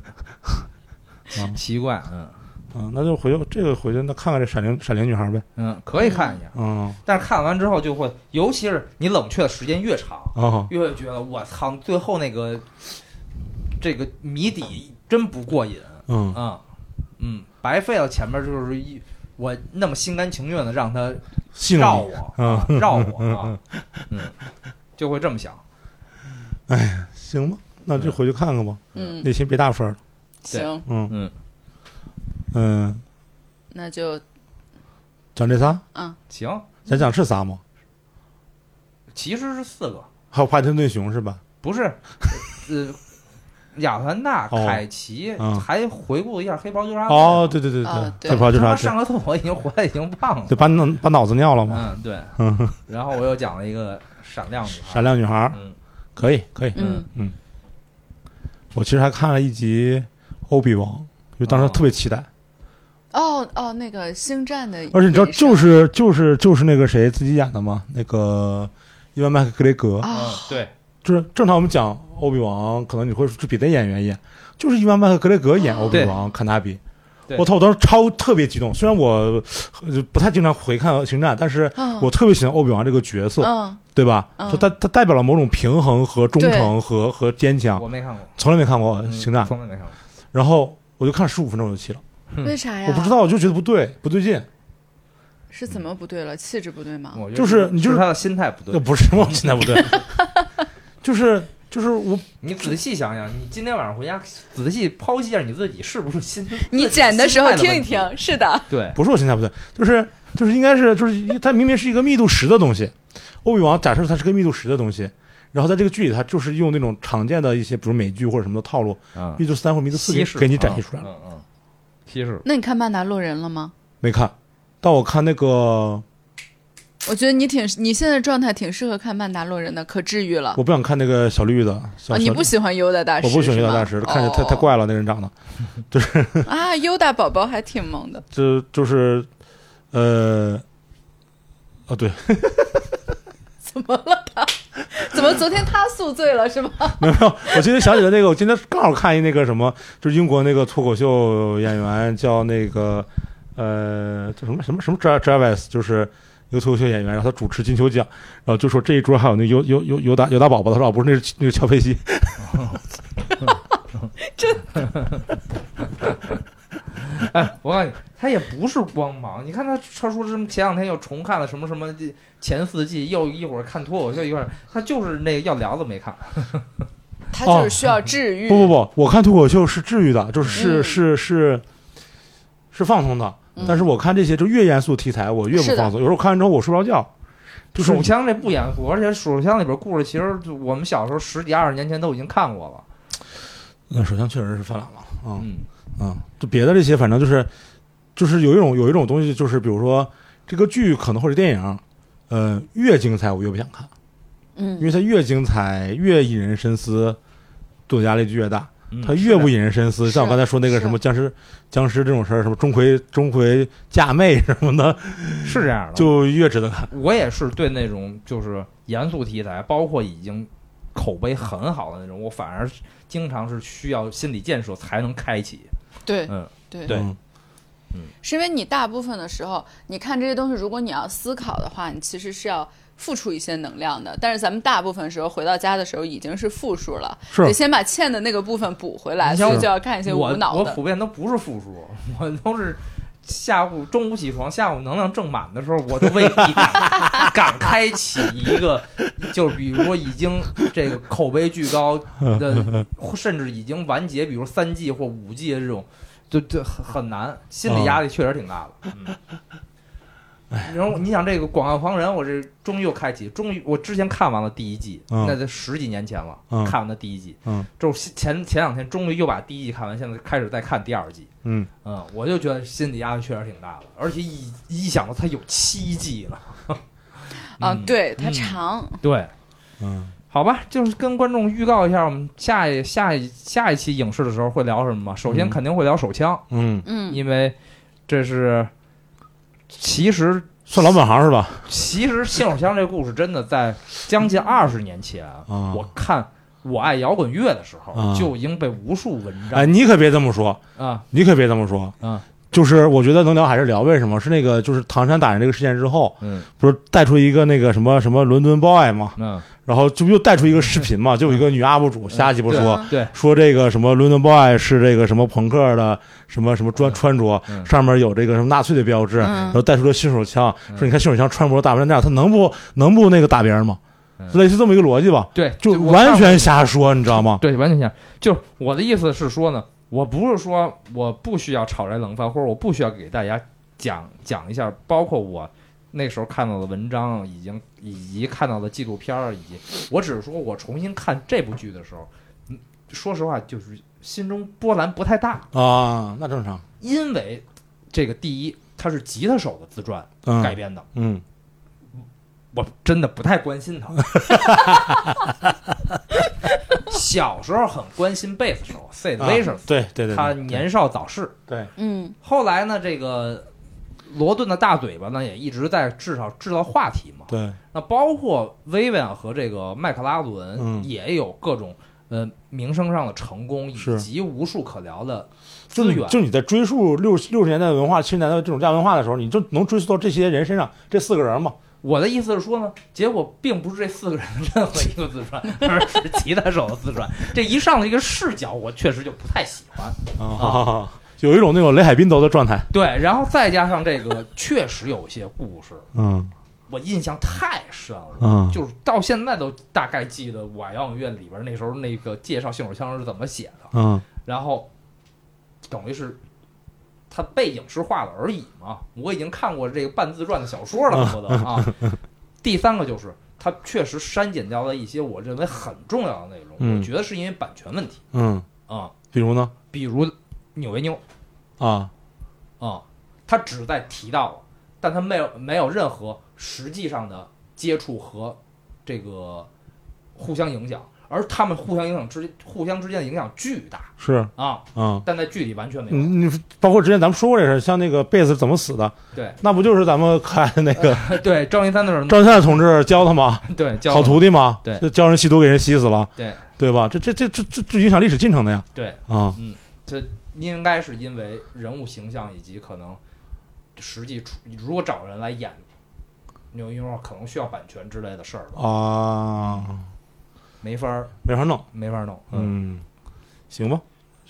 Speaker 2: 奇怪，嗯
Speaker 1: 嗯，那就回去，这个回去那看看这闪灵闪灵女孩呗。
Speaker 2: 嗯，可以看一下，
Speaker 1: 嗯，
Speaker 2: 但是看完之后就会，尤其是你冷却的时间越长，
Speaker 1: 哦，
Speaker 2: 越会觉得我操，最后那个这个谜底真不过瘾
Speaker 1: 嗯，
Speaker 2: 啊，嗯，白费了前面就是一我那么心甘情愿的让他
Speaker 1: 戏
Speaker 2: 绕
Speaker 1: 弄你。
Speaker 2: 我
Speaker 1: 嗯 <laughs>
Speaker 2: 啊，绕我啊，嗯，就会这么想，
Speaker 1: 行吧，那就回去看看吧。
Speaker 3: 嗯，
Speaker 1: 内心别大分儿了。
Speaker 2: 对
Speaker 3: 行，
Speaker 1: 嗯
Speaker 2: 嗯
Speaker 1: 嗯，
Speaker 3: 那就
Speaker 1: 讲这仨，
Speaker 3: 嗯，
Speaker 2: 行，
Speaker 1: 咱讲是仨吗？
Speaker 2: 其实是四个，
Speaker 1: 还有帕丁顿熊是吧？
Speaker 2: 不是，呃，亚特兰大、
Speaker 1: 哦
Speaker 2: 凯奇，
Speaker 1: 嗯
Speaker 2: 还回顾一下黑袍纠察队。
Speaker 1: 哦，对对对对
Speaker 3: 啊，对
Speaker 1: 太跑就
Speaker 2: 他
Speaker 1: 啥
Speaker 2: 妈？上个厕所已经回来已经忘了
Speaker 1: 对，。把脑把脑子尿了嘛。 <laughs>
Speaker 2: 嗯，对。
Speaker 1: 嗯，
Speaker 2: 然后我又讲了一个闪亮女孩。
Speaker 1: 闪亮女孩，
Speaker 2: 嗯
Speaker 1: 可以可以。
Speaker 3: 嗯
Speaker 1: 我其实还看了一集《欧比王》，因为当时特别期待。
Speaker 3: 哦哦，那个星战的，啊
Speaker 1: 而且你知道，就是就是就是那个谁自己演的吗？那个伊万麦克格雷格，
Speaker 2: 嗯
Speaker 3: 啊，，
Speaker 2: 对，
Speaker 1: 就是正常我们讲欧比王，可能你会去别的演员演，就是伊万麦克格雷格演欧比王坎纳比。
Speaker 2: 对
Speaker 1: 我操！我当时超特别激动，虽然我呃不太经常回看《星战》，但是
Speaker 3: 嗯
Speaker 1: 我特别喜欢欧比王这个角色，
Speaker 3: 嗯
Speaker 1: 对吧？
Speaker 3: 嗯
Speaker 1: 就他他代表了某种平衡和忠诚
Speaker 3: 对
Speaker 1: 和和坚强
Speaker 2: 我，没嗯看过。
Speaker 1: 从来没看过《啊嗯星战》
Speaker 2: 从来没看
Speaker 3: 啊
Speaker 2: 过。
Speaker 1: 然后我就看十五分钟我就气了，
Speaker 2: 嗯
Speaker 3: 为哎啥呀？
Speaker 1: 我不知道，我就觉得不对，不对劲。嗯
Speaker 3: 是怎么不对了，气质不对吗？
Speaker 2: 我觉得
Speaker 1: 就是你就是
Speaker 2: 他的心态不
Speaker 1: 那
Speaker 2: 对。
Speaker 1: 不是我现在不对， <laughs> 就是就是我
Speaker 2: 你仔细想想，你今天晚上回家仔细剖析一下你自己是不是心。
Speaker 3: <laughs> 你剪的时候听一听，是的，
Speaker 2: 对，
Speaker 1: 不是我现在不对，就是就是应该是就是它明明是一个密度十的东西，欧比王假设它是个密度十的东西，然后在这个剧里它就是用那种常见的一些比如美剧或者什么的套路，
Speaker 2: 嗯，
Speaker 1: 密度三或密度四给
Speaker 2: 稀释
Speaker 1: 给你展现出来了。
Speaker 2: 嗯嗯，稀释。
Speaker 3: 那你看《曼达洛人》了吗？
Speaker 1: 没看，但我看那个
Speaker 3: 我觉得你挺，你现在状态挺适合看《曼达洛人》的，可治愈了。
Speaker 1: 我不想看那个小绿的，小
Speaker 3: 啊啊，你不
Speaker 1: 小
Speaker 3: 喜欢优达大师？
Speaker 1: 我不喜欢
Speaker 3: 是
Speaker 1: 尤
Speaker 3: 吗
Speaker 1: 达大师，看着太
Speaker 3: 哦
Speaker 1: 太怪了，那人长得
Speaker 3: 啊！优达宝宝还挺萌的，
Speaker 1: 就就是呃。啊、对，
Speaker 3: 怎么了他？怎么昨天他宿醉了是吗？
Speaker 1: 没有没有，我今天想起来那个，我今天刚好看一那个什么，就是英国那个脱口秀演员叫那个呃叫什么什么什么 Dra- Travis，就是一个脱口秀演员，然后他主持金球奖，然后就说这一桌还有那尤尤尤尤达尤达宝宝，他说哦不是那是那个乔佩西，
Speaker 2: 哎，我告诉你，他也不是光芒。你看他，他说什么？前两天又重看了什么什么前四季，又一会儿看脱口秀，一会儿他就是那个要聊的没看。
Speaker 3: <laughs> 他就是需要治愈。
Speaker 1: 哦不不不，我看脱口秀是治愈的，就是
Speaker 3: 嗯
Speaker 1: 是是是是放松的，
Speaker 3: 嗯
Speaker 1: 但是我看这些就越严肃题材我越
Speaker 3: 是
Speaker 1: 不
Speaker 3: 的
Speaker 1: 放松，有时候看完之后我睡不着觉，就是
Speaker 2: 手枪这不严肃，而且手枪里边故事其实就我们小时候十几二十年前都已经看过了。
Speaker 1: 那首先确实是犯懒了啊。嗯
Speaker 2: 嗯
Speaker 1: 嗯，就别的这些，反正就是就是有一种有一种东西，就是比如说这个剧可能或者电影，呃，越精彩我越不想看，因
Speaker 3: 嗯
Speaker 1: 为它越精彩越引人深思，对我压力就越大。
Speaker 2: 嗯
Speaker 1: 它越不引人深思，
Speaker 3: 是
Speaker 1: 像我刚才说那个
Speaker 3: 是
Speaker 1: 什么僵尸僵尸这种事儿，什么钟馗钟馗嫁妹什么的，
Speaker 2: 是这样的，
Speaker 1: 就越值得看。
Speaker 2: 我也是对那种就是严肃题材，包括已经口碑很好的那种，我反而经常是需要心理建设才能开启。
Speaker 3: 对
Speaker 2: 嗯
Speaker 3: 对
Speaker 2: 对
Speaker 1: 嗯
Speaker 3: 是因为你大部分的时候，你看这些东西，如果你要思考的话，你其实是要付出一些能量的。但是咱们大部分时候回到家的时候已经是负数了，
Speaker 1: 是
Speaker 3: 得先把欠的那个部分补回来，
Speaker 2: 你像
Speaker 3: 所以就要看一些无
Speaker 2: 我
Speaker 3: 脑
Speaker 2: 我
Speaker 3: 的。
Speaker 2: 普遍都不是复数，我都是下午中午起床，下午能量正满的时候，我都未必
Speaker 3: <laughs>
Speaker 2: 敢敢开启一个，就比如说已经这个口碑巨高
Speaker 1: 嗯
Speaker 2: 的，甚至已经完结，比如三季或五季的这种，就就很很难，心理压力确实挺大的。嗯，然后你想这个《广告狂人》，我这终于又开启，终于我之前看完了第一季，
Speaker 1: 嗯
Speaker 2: 那得十几年前了，
Speaker 1: 嗯
Speaker 2: 看完的第一季，
Speaker 1: 嗯，
Speaker 2: 就是前前两天终于又把第一季看完，现在开始再看第二季。
Speaker 1: 嗯，
Speaker 2: 嗯，我就觉得心理压力确实挺大的，而且一一想到它有七季了， <laughs>
Speaker 3: 啊，
Speaker 2: 嗯
Speaker 3: 对，它
Speaker 2: 嗯
Speaker 3: 长，
Speaker 2: 对，
Speaker 1: 嗯，
Speaker 2: 好吧，就是跟观众预告一下，我们下一下一下一期影视的时候会聊什么吧。首先
Speaker 1: 嗯
Speaker 2: 肯定会聊手枪，
Speaker 1: 嗯，
Speaker 3: 嗯，
Speaker 2: 因为这是其实
Speaker 1: 算老本行是吧？
Speaker 2: 其实新手枪这故事真的在将近二十年前，啊
Speaker 1: 嗯
Speaker 2: 我看我爱摇滚乐的时候、
Speaker 1: 嗯
Speaker 2: 就已经被无数文章
Speaker 1: 哎，你可别这么说，
Speaker 2: 啊
Speaker 1: 你可别这么说。
Speaker 2: 嗯
Speaker 1: 就是我觉得能聊还是聊，为什么？是那个就是唐山打人这个事件之后，
Speaker 2: 嗯
Speaker 1: 不是带出一个那个什么什么伦敦 boy 嘛，
Speaker 2: 嗯
Speaker 1: 然后就又带出一个视频嘛，就有一个女 UP 主瞎鸡巴
Speaker 2: 对
Speaker 1: 说，
Speaker 2: 对
Speaker 1: 说这个什么伦敦 boy 是这个什么朋克的什么什么穿
Speaker 2: 嗯
Speaker 1: 穿着，
Speaker 2: 嗯
Speaker 1: 上面有这个什么纳粹的标志，
Speaker 3: 嗯
Speaker 1: 然后带出了新手枪，
Speaker 2: 嗯
Speaker 1: 说你看新手枪穿着大笨蛋，他能不能不那个打别人吗？
Speaker 2: 嗯
Speaker 1: 类似这么一个逻辑吧，
Speaker 2: 对，
Speaker 1: 就
Speaker 2: 我
Speaker 1: 完
Speaker 2: 看过
Speaker 1: 全瞎说，你知道吗？
Speaker 2: 对，完全一样。就是我的意思是说呢，我不是说我不需要炒来冷饭，或者我不需要给大家讲讲一下，包括我那时候看到的文章，已经以及看到的纪录片儿，以及我只是说我重新看这部剧的时候，嗯，说实话就是心中波澜不太大，
Speaker 1: 啊，那正常，
Speaker 2: 因为这个第一，它是吉他手的自传改
Speaker 1: 嗯
Speaker 2: 编的，
Speaker 1: 嗯，
Speaker 2: 我真的不太关心他。小时候很关心贝斯手 s a d
Speaker 1: 啊
Speaker 2: Vicious，、
Speaker 1: 对对对，
Speaker 2: 他
Speaker 1: 对
Speaker 2: 年少早逝。
Speaker 1: 对，
Speaker 3: 嗯
Speaker 2: 后来呢，这个罗顿的大嘴巴呢，也一直在制造制造话题嘛。
Speaker 1: 对，
Speaker 2: 那包括薇薇安和这个麦克拉伦
Speaker 1: 嗯
Speaker 2: 也有各种呃名声上的成功，以
Speaker 1: 是
Speaker 2: 及无数可聊的
Speaker 1: 就
Speaker 2: 资
Speaker 1: 是
Speaker 2: 源。
Speaker 1: 就你在追溯六六十年代的文化、七十年代的这种亚文化的时候，你就能追溯到这些人身上，这四个人嘛，
Speaker 2: 我的意思是说呢，结果并不是这四个人的任何一个自传， <laughs> 而是吉他手的自传。这一上来一个视角，我确实就不太喜欢。
Speaker 1: 啊， <laughs> 有一种那种雷海滨德的状态，
Speaker 2: 对，然后再加上这个，确实有一些故事
Speaker 1: 嗯
Speaker 2: 我印象太深了。
Speaker 1: 嗯
Speaker 2: 就是到现在都大概记得《我爱摇滚乐》里边那时候那个介绍信手枪是怎么写的，
Speaker 1: 嗯
Speaker 2: 然后等于是它被影视化了而已嘛。我已经看过这个半自传的小说了，恨不得啊。 <laughs> 第三个就是它确实删减掉了一些我认为很重要的内容，
Speaker 1: 嗯
Speaker 2: 我觉得是因为版权问题
Speaker 1: 嗯，
Speaker 2: 啊、
Speaker 1: 比如呢
Speaker 2: 比如纽维妞
Speaker 1: 啊，
Speaker 2: 啊、他只在提到了，但他没有没有任何实际上的接触和这个互相影响，而他们互相影响之互相之间的影响巨大
Speaker 1: 是
Speaker 2: 啊，
Speaker 1: 嗯。
Speaker 2: 但在剧里完全没有。
Speaker 1: 你你包括之前咱们说过这事儿，像那个贝斯怎么死的，
Speaker 2: 对
Speaker 1: 那不就是咱们看那 <laughs> 个
Speaker 2: 对，赵云三的时候，
Speaker 1: 赵三同志教他吗？
Speaker 2: 对叫
Speaker 1: 好徒弟吗？
Speaker 2: 对
Speaker 1: 就教人吸毒给人吸死了，
Speaker 2: 对
Speaker 1: 对吧？这这这这这这影响历史进程的呀，
Speaker 2: 对，
Speaker 1: 啊，
Speaker 2: 这应该是因为人物形象以及可能实际出，如果找人来演牛一诺，可能需要版权之类的事儿吧，
Speaker 1: 啊，
Speaker 2: 没法儿
Speaker 1: 没法弄，
Speaker 2: 没法儿弄。
Speaker 1: 嗯，行吧。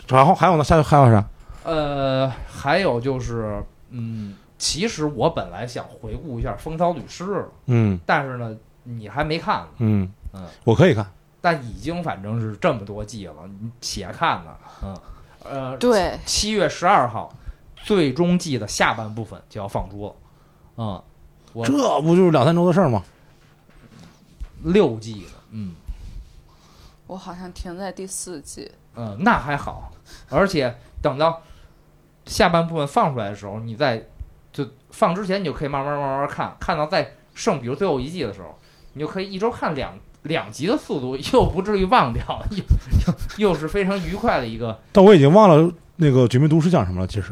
Speaker 1: 然后还有呢？下还有啥？
Speaker 2: 呃，还有就是，嗯，其实我本来想回顾一下《风骚律师》了，
Speaker 1: 嗯
Speaker 2: 但是呢，你还没看呢，
Speaker 1: 嗯
Speaker 2: 嗯，
Speaker 1: 我可以看。
Speaker 2: 但已经反正是这么多季了，你且看呢，嗯，呃，
Speaker 3: 对，
Speaker 2: 七月十二号，最终季的下半部分就要放出了，嗯，我
Speaker 1: 这不就是两三周的事儿吗？
Speaker 2: 六季了，嗯
Speaker 3: 我好像停在第四季，
Speaker 2: 嗯、呃那还好，而且等到下半部分放出来的时候，你在就放之前，你就可以慢慢慢慢看，看到在剩比如最后一季的时候，你就可以一周看两 <laughs> 两集的速度，又不至于忘掉，又又又是非常愉快的一个。
Speaker 1: 但我已经忘了那个《绝命毒师》讲什么了。其实，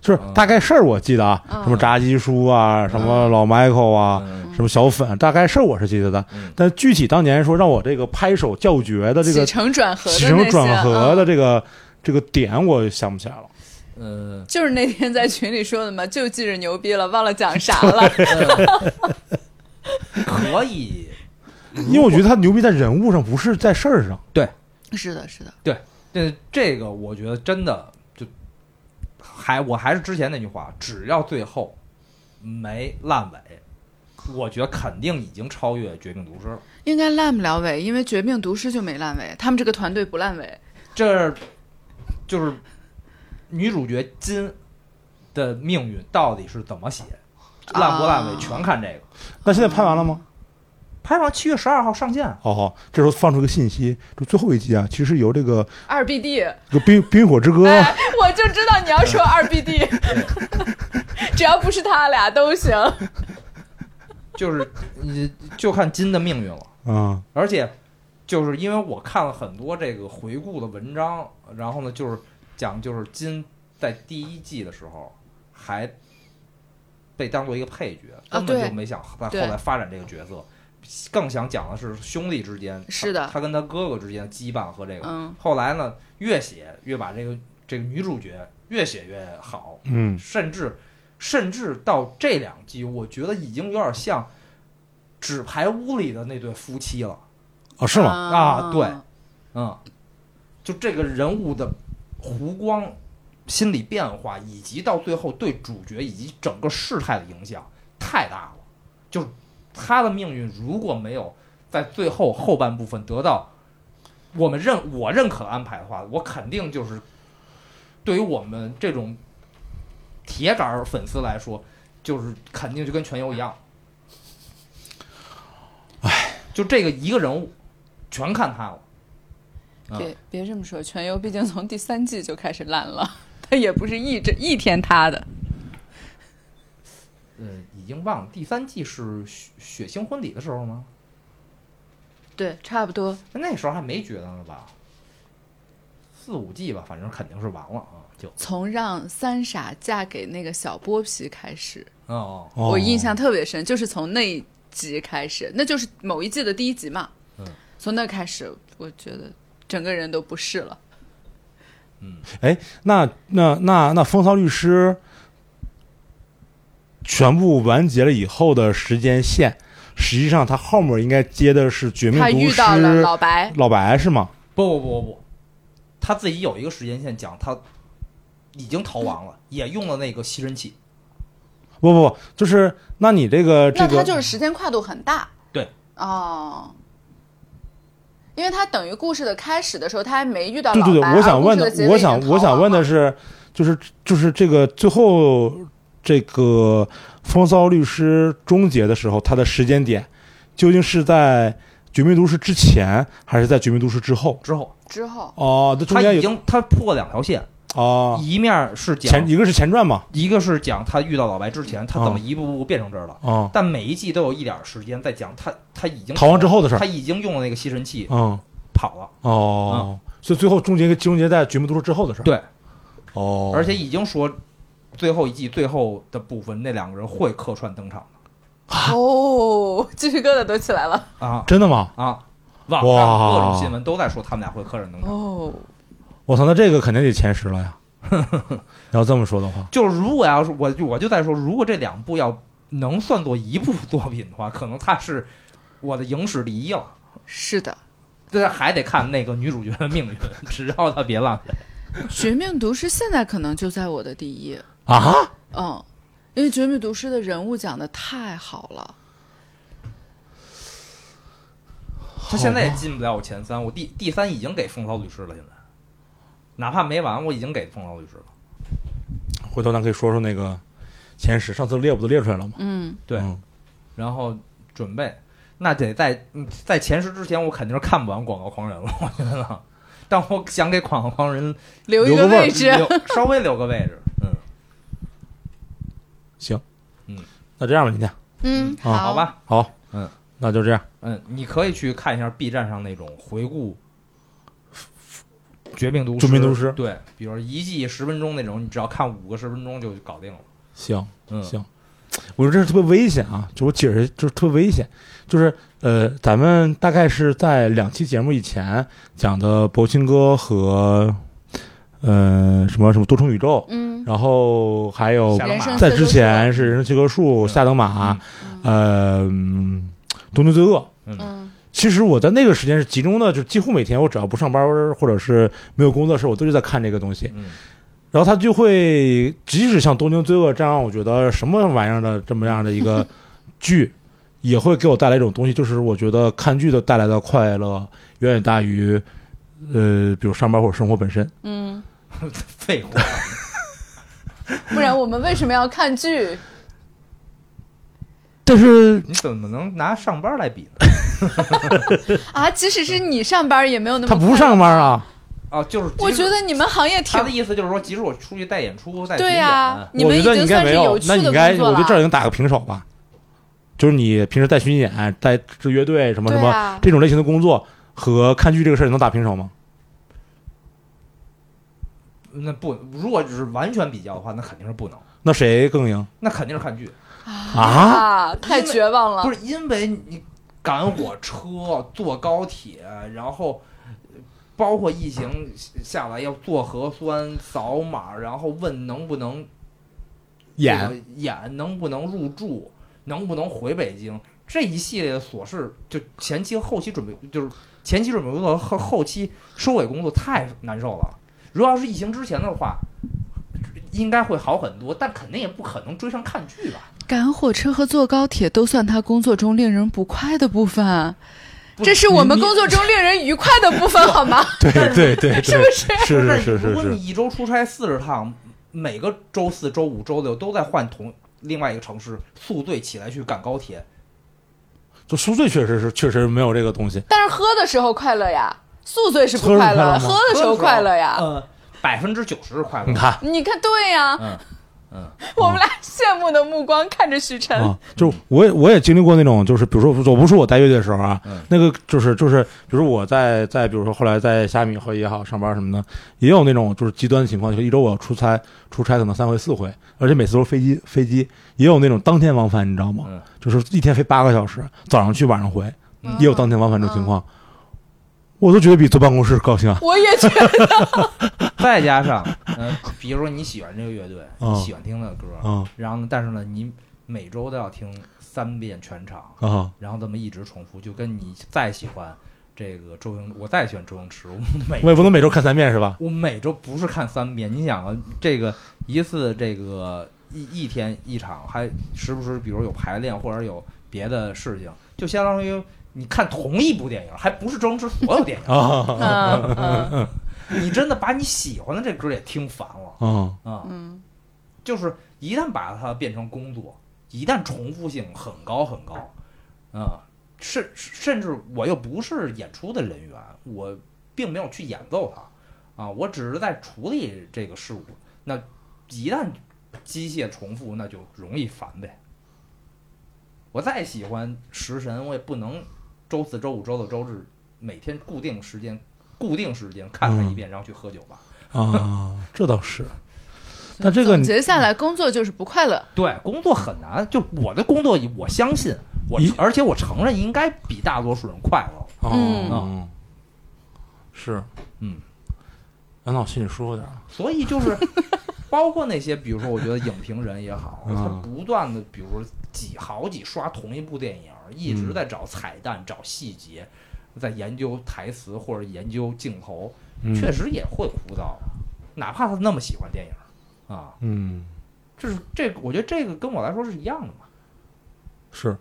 Speaker 1: 就是
Speaker 2: 嗯
Speaker 1: 大概事儿我记得啊，
Speaker 3: 嗯
Speaker 1: 什么炸鸡叔啊，什
Speaker 3: 哦
Speaker 1: 么老 Michael 啊，
Speaker 2: 嗯
Speaker 1: 什么小粉，大概事儿我是记得的
Speaker 2: 嗯。
Speaker 1: 但具体当年说让我这个拍手叫绝的这
Speaker 3: 起
Speaker 1: 个
Speaker 3: 承转合的
Speaker 1: 起
Speaker 3: 那
Speaker 1: 承
Speaker 3: 些
Speaker 1: 转合的
Speaker 3: 嗯
Speaker 1: 这个这个点，我想不起来了。
Speaker 2: 呃，
Speaker 3: 就是那天在群里说的嘛， <laughs> 就记着牛逼了，忘了讲
Speaker 1: <laughs>
Speaker 3: 啥了。
Speaker 2: 可以，
Speaker 1: 因为我觉得他牛逼在人物上，不是在事儿上。
Speaker 3: 是的，是的，
Speaker 2: 这这个我觉得真的就还我还是之前那句话，只要最后没烂尾，我觉得肯定已经超越《绝命毒师》了。
Speaker 3: 应该烂不了尾，因为《绝命毒师》就没烂尾，他们这个团队不烂尾。
Speaker 2: 这就是女主角金的命运到底是怎么写，烂不烂尾
Speaker 3: 啊
Speaker 2: 全看这个。
Speaker 1: 那现在拍完了吗？
Speaker 3: 嗯
Speaker 2: 拍完七月十二号上线，
Speaker 1: 好好，这时候放出个信息，就最后一集啊，其实由这个
Speaker 3: 二 BD，
Speaker 1: 这个冰冰与火之歌，
Speaker 3: 哎，我就知道你要说二 BD，只要不是他俩都行。
Speaker 2: 就是你就看金的命运了。
Speaker 1: 嗯
Speaker 2: 而且就是因为我看了很多这个回顾的文章，然后呢，就是讲就是金在第一季的时候还被当做一个配角，
Speaker 3: 啊
Speaker 2: 根本
Speaker 3: 对
Speaker 2: 就没想在后
Speaker 3: 对
Speaker 2: 来发展这个角色，更想讲的是兄弟之间，
Speaker 3: 是的
Speaker 2: 他他跟他哥哥之间的羁绊和这个。
Speaker 3: 嗯，
Speaker 2: 后来呢，越写越把这个这个女主角越写越好，
Speaker 1: 嗯
Speaker 2: 甚至甚至到这两季，我觉得已经有点像纸牌屋里的那对夫妻了。
Speaker 1: 哦是吗？
Speaker 2: 啊对嗯，就这个人物的弧光、心理变化，以及到最后对主角以及整个事态的影响太大了。就是呃他的命运如果没有在最后后半部分得到我们认我认可的安排的话，我肯定就是对于我们这种铁杆儿粉丝来说，就是肯定就跟全游一样。唉，就这个一个人物，全看他了。
Speaker 1: 嗯
Speaker 2: 啊
Speaker 3: 别别这么说，全游毕竟从第三季就开始烂了，他也不是一这一天塌的。
Speaker 2: 嗯，已经忘了第三季是血血腥婚礼的时候吗？
Speaker 3: 对，差不多。
Speaker 2: 那时候还没觉得呢吧？四五季吧，反正肯定是完了啊，就
Speaker 3: 从让三傻嫁给那个小剥皮开始，
Speaker 2: 哦，
Speaker 1: 哦
Speaker 3: 我印象特别深，就是从那一集开始，那就是某一季的第一集嘛。
Speaker 2: 嗯，
Speaker 3: 从那开始，我觉得整个人都不是了。
Speaker 1: 那那那那风骚律师全部完结了以后的时间线，实际上他后面应该接的是《绝命
Speaker 3: 他
Speaker 1: 毒
Speaker 3: 遇
Speaker 1: 师
Speaker 3: 到》了老白，
Speaker 1: 老白是吗？
Speaker 2: 不不不不不，他自己有一个时间线讲他已经逃亡了，也用了那个吸尘器。
Speaker 1: 不不不，就是那你这个这
Speaker 3: 那他
Speaker 1: 个
Speaker 3: 就是时间跨度很大。
Speaker 2: 对。
Speaker 3: 哦。因为他等于故事的开始的时候，他还没遇到
Speaker 1: 对
Speaker 3: 老白。啊
Speaker 1: 对对，我想
Speaker 3: 而
Speaker 1: 问
Speaker 3: 故事
Speaker 1: 的
Speaker 3: 结，尾
Speaker 1: 我
Speaker 3: 已经
Speaker 1: 想我
Speaker 3: 逃
Speaker 1: 想
Speaker 3: 亡
Speaker 1: 问的
Speaker 3: 了
Speaker 1: 是，就是就是这个最后这个风骚律师终结的时候，他的时间点究竟是在《绝命毒师》之前，还是在《绝命毒师》之后？
Speaker 2: 之后，
Speaker 3: 之后，
Speaker 1: 哦，这中
Speaker 2: 他
Speaker 1: 间
Speaker 2: 已
Speaker 1: 有
Speaker 2: 经他破两条线，
Speaker 1: 哦，
Speaker 2: 一面是讲
Speaker 1: 前啊一个是前传嘛，
Speaker 2: 一个是讲他遇到老白之前，他怎么一步步变成这儿了，
Speaker 1: 哦，
Speaker 2: 但每一季都有一点儿时间在讲他他已经
Speaker 1: 逃亡之后的事儿
Speaker 2: 他，已经用了那个吸尘器
Speaker 1: 嗯，
Speaker 2: 跑了。
Speaker 1: 哦，所以最后终结终结在《绝命毒师》之后的事儿，
Speaker 2: 嗯对，
Speaker 1: 哦，
Speaker 2: 而且已经说最后一季最后的部分那两个人会客串登场
Speaker 3: <laughs> 哦，鸡皮疙瘩都起来了。
Speaker 2: 的啊
Speaker 1: 真的吗？
Speaker 2: 啊！网上
Speaker 1: 哇
Speaker 2: 各种新闻都在说他们俩会客串登场。
Speaker 3: 哦，
Speaker 1: 我操，那这个肯定得前十了
Speaker 2: <laughs>
Speaker 1: 呀。你要这么说的话，
Speaker 2: 就是如果要是我就我就在说，如果这两部要能算作一部作品的话，可能它是我的影史第一了。
Speaker 3: 是的，
Speaker 2: 但是还得看那个女主角的命运，只要她别烂尾。
Speaker 3: 《绝命毒师》现在可能就在我的第一，
Speaker 1: 啊，
Speaker 3: 嗯，因为《绝命毒师》的人物讲的太好了。
Speaker 2: 她现在也进不了我前三，我第第三已经给风骚律师了。现在，哪怕没完，我已经给风骚律师了。
Speaker 1: 回头咱可以说说那个前十，上次列不都列出来了吗？
Speaker 3: 嗯，
Speaker 2: 对，
Speaker 1: 嗯
Speaker 2: 然后准备，那得在嗯在前十之前，我肯定是看不完《广告狂人》了，我觉得呢。但我想给《广告狂人
Speaker 3: 留一
Speaker 1: 留个味儿
Speaker 3: 位》置。
Speaker 2: 留稍微留个位置，嗯，
Speaker 1: 行，
Speaker 2: 嗯，
Speaker 1: 那这样吧，今天
Speaker 3: 嗯，
Speaker 1: 啊
Speaker 2: 好吧，
Speaker 1: 好，
Speaker 2: 嗯，
Speaker 1: 那就这样。
Speaker 2: 嗯，你可以去看一下 B 站上那种回顾《绝命毒师》，
Speaker 1: 绝命毒师
Speaker 2: 对，比如一季十分钟那种，你只要看五个十分钟就搞定了，
Speaker 1: 行
Speaker 2: 嗯，
Speaker 1: 行，我说这是特别危险啊，就我解释就是特别危险，就是呃，咱们大概是在两期节目以前讲的博青哥和呃什么什么多重宇宙，
Speaker 3: 嗯，
Speaker 1: 然后还有
Speaker 2: 下
Speaker 3: 人生
Speaker 1: 在
Speaker 3: 四
Speaker 1: 之
Speaker 3: 周
Speaker 1: 前是人生切割术、
Speaker 2: 嗯
Speaker 1: 下等马，
Speaker 3: 嗯
Speaker 1: 呃，嗯东京罪恶，
Speaker 2: 嗯，
Speaker 3: 嗯
Speaker 1: 其实我在那个时间是集中的，就几乎每天我只要不上班或者是没有工作的时候，我都是在看这个东西。
Speaker 2: 嗯，
Speaker 1: 然后他就会，即使像《东京罪恶》这样，我觉得什么玩意儿的这么样的一个剧，也会给我带来一种东西，就是我觉得看剧的带来的快乐远远大于，呃，比如上班或者生活本身。
Speaker 3: 嗯，
Speaker 2: 废话，
Speaker 3: 不然我们为什么要看剧？
Speaker 1: 但是
Speaker 2: 你怎么能拿上班来比呢？
Speaker 3: 啊，即使是你上班也没有那么
Speaker 1: 他不是
Speaker 3: 快乐
Speaker 1: 上班啊，
Speaker 2: 啊，就是
Speaker 3: 我觉得你们行业挺
Speaker 2: 他的意思就是说，即使我出去带演出、带巡
Speaker 3: 对啊
Speaker 2: 演
Speaker 3: 呀，
Speaker 2: 啊
Speaker 3: 你
Speaker 1: 我
Speaker 3: 们
Speaker 1: 觉
Speaker 3: 已
Speaker 1: 得你应
Speaker 3: 经
Speaker 1: 该
Speaker 3: 算
Speaker 1: 没
Speaker 3: 是
Speaker 1: 有，那
Speaker 3: 趣
Speaker 1: 你
Speaker 3: 的
Speaker 1: 应该，
Speaker 3: 工作
Speaker 1: 我觉得这儿已
Speaker 3: 了。
Speaker 1: 经打个平手吧。就是你平时带巡演、带这乐队什么什
Speaker 3: 对
Speaker 1: 么、
Speaker 3: 啊
Speaker 1: 这种类型的工作，和看剧这个事儿，你能打平手吗？
Speaker 2: 那不，如果只是完全比较的话，那肯定是不能，
Speaker 1: 那谁更赢
Speaker 2: 那肯定是看剧，
Speaker 1: 啊？
Speaker 3: 啊，太绝望了
Speaker 2: 不！是因为你赶火车、坐高铁，然后呃包括疫情下来要做核酸、扫码，然后问能不能这
Speaker 1: 演
Speaker 2: 个演能不能入住，能不能回北京，这一系列的琐事，就前期和后期准备，就是前期准备工作和后期收尾工作太难受了。如果要是疫情之前的话，应该会好很多，但肯定也不可能追上看剧吧？
Speaker 3: 赶火车和坐高铁都算他工作中令人不快的部分，啊
Speaker 2: 不
Speaker 3: 这是我们工。
Speaker 2: 你
Speaker 3: 作中令人愉快的部分，好吗？
Speaker 1: 对 <laughs> 对对对，
Speaker 3: 是不是？
Speaker 1: 是
Speaker 2: 但
Speaker 1: 是
Speaker 2: 是
Speaker 1: 是
Speaker 2: 如
Speaker 1: 是
Speaker 2: 果
Speaker 1: 是
Speaker 2: 你。一周出差四十趟，每个周四周五周六都在换同另外一个城市，宿醉起来去赶高铁，
Speaker 1: 就宿醉确实是确实没有这个东西，
Speaker 3: 但是喝的时候快乐呀，宿醉是不
Speaker 1: 喝着快
Speaker 3: 快
Speaker 1: 乐吗
Speaker 3: 乐，喝的时候快乐呀。
Speaker 2: 呃，百分之九十是快乐
Speaker 1: 你
Speaker 2: 的。
Speaker 1: 看
Speaker 3: 你看，对呀，
Speaker 2: 嗯，
Speaker 3: 我们俩羡慕的目光看着许晨，
Speaker 1: <laughs> 啊，就是我也我也经历过那种，就是比如说我不是我带乐队的时候啊，
Speaker 2: 嗯
Speaker 1: 那个就是就是，比如我在在比如说后来在虾米和也好上班什么的，也有那种就是极端的情况，就是一周我要出差出差可能三回四回，而且每次都是飞机飞机，也有那种当天往返，你知道吗？
Speaker 2: 嗯
Speaker 1: 就是一天飞八个小时，早上去晚上回，
Speaker 3: 嗯
Speaker 1: 也有当天往返这种情况，我都觉得比坐办公室高兴啊。
Speaker 3: 我也觉得
Speaker 2: 再加上，嗯、比如说你喜欢这个乐队，
Speaker 1: 嗯
Speaker 2: 你喜欢听的歌，
Speaker 1: 嗯
Speaker 2: 然后呢，但是呢，你每周都要听三遍全场，
Speaker 1: 啊
Speaker 2: 然后这么一直重复，就跟你再喜欢这个周星，我再喜欢周星驰，我每
Speaker 1: 我也不能每周看三遍是吧？
Speaker 2: 我每周不是看三遍，你想啊，这个一次这个一一天一场，还时不时比如有排练或者有别的事情，就相当于你看同一部电影，还不是周星驰所有电影，
Speaker 1: 啊
Speaker 3: 嗯嗯
Speaker 2: 你真的把你喜欢的这歌也听烦了
Speaker 1: 嗯
Speaker 2: 啊。
Speaker 3: 嗯，
Speaker 2: 就是一旦把它变成工作，一旦重复性很高很高，啊、甚甚至我又不是演出的人员，我并没有去演奏它，啊，我只是在处理这个事物。那一旦机械重复，那就容易烦呗。我再喜欢食神，我也不能周四周五周六周日每天固定时间、固定时间看它一遍，然后去喝酒吧。
Speaker 1: 啊，这倒是。但这个
Speaker 3: 总
Speaker 1: 你
Speaker 3: 结下来，工作就是不快乐。
Speaker 2: 对，工作很难。就我的工作，我相信我
Speaker 1: 一，
Speaker 2: 而且我承认应该比大多数人快乐。
Speaker 3: 嗯
Speaker 1: 哦，是，
Speaker 2: 嗯，
Speaker 1: 让我心里舒服点儿。
Speaker 2: 所以就是，
Speaker 1: <laughs>
Speaker 2: 包括那些，比如说，我觉得影评人也
Speaker 1: <laughs>
Speaker 2: 好，他
Speaker 1: 嗯
Speaker 2: 不断的，比如说几好几刷同一部电影，一
Speaker 1: 嗯
Speaker 2: 直在找彩蛋、找细节，在研究台词或者研究镜头，确
Speaker 1: 嗯
Speaker 2: 实也会枯燥，哪怕他那么喜欢电影啊，
Speaker 1: 嗯，
Speaker 2: 这是这个，我觉得这个跟我来说是一样的嘛。
Speaker 1: 是，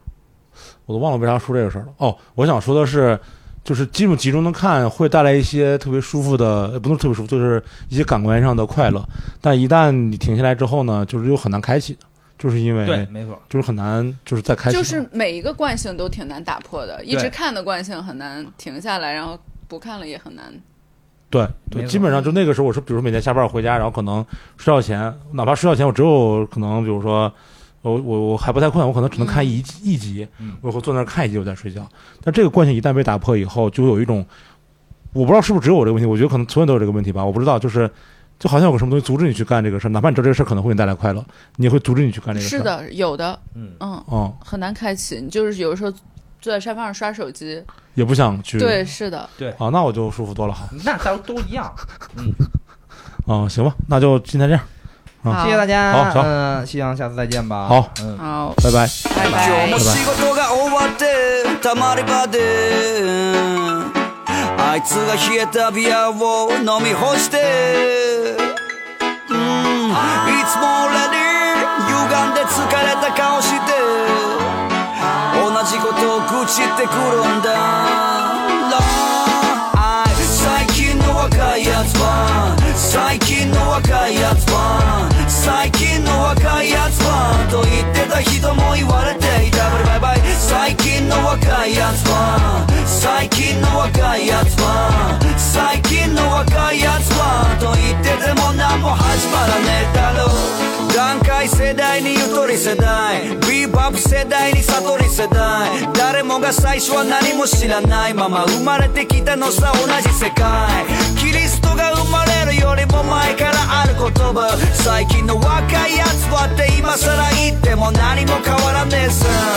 Speaker 1: 我都忘了为啥说这个事儿了。哦，我想说的是，就是这种集中的看会带来一些特别舒服的，呃不能特别舒服，就是一些感官上的快乐。但一旦你停下来之后呢，就是又很难开启的，就是因
Speaker 2: 对，
Speaker 1: 为
Speaker 2: 没错。
Speaker 1: 就是很难就是再开启的，
Speaker 3: 就是每一个惯性都挺难打破的，一直看的惯性很难停下来，然后不看了也很难。
Speaker 1: 对对，
Speaker 2: 没
Speaker 1: 基
Speaker 2: 错
Speaker 1: 本上就那个时候，我是比如说每天下班回家，然后可能睡觉前，哪怕睡觉前，我只有可能比如说我我我还不太困，我可能只能看一、一集
Speaker 2: 嗯，
Speaker 1: 我会坐那儿看一集，我再睡觉。但这个惯性一旦被打破以后，就有一种我不知道是不是只有我这个问题，我觉得可能所有人都有这个问题吧，我不知道，就是就好像有个什么东西阻止你去干这个事儿，哪怕你知道这个事儿可能会给你带来快乐，你也会阻止你去干这个事儿。
Speaker 3: 是，的，有的，
Speaker 2: 嗯，
Speaker 3: 嗯，
Speaker 1: 嗯，
Speaker 3: 很难开启。你就是有时候坐在沙发上刷手机，
Speaker 1: 也不想去。
Speaker 3: 对，是的，
Speaker 1: 啊，那我就舒服多了，好
Speaker 2: 那咱都
Speaker 1: <laughs>
Speaker 2: 一样。
Speaker 1: 啊、行吧，那就今天这样，
Speaker 3: 好，
Speaker 2: 谢谢大家。
Speaker 1: 好行
Speaker 2: 嗯、希望下次再见吧。
Speaker 1: 好，
Speaker 2: 嗯。
Speaker 3: 好，
Speaker 1: 拜拜。
Speaker 3: 拜
Speaker 4: 今
Speaker 3: 拜
Speaker 4: 日も。仕事が終わってたまり場であいつが冷えたビアを飲み干してうんつも俺に歪んで疲れた顔して同じことを愚痴ってくるんだラあ最近の若いやつは最近の若いやつは最近の若いやつはと言ってた人も言われていたバイバイ最近の若いやつは最近の若いやつは最近の若いやつはと言ってても何も始まらねえだろう段階世代にゆとり世代ビーバップ世代に悟り世代誰もが最初は何も知らないまま生まれてきたのさ同じ世界キリストが生まれるよりも前からある言葉最近の若いやつはって今更言っても何も変わらねえさ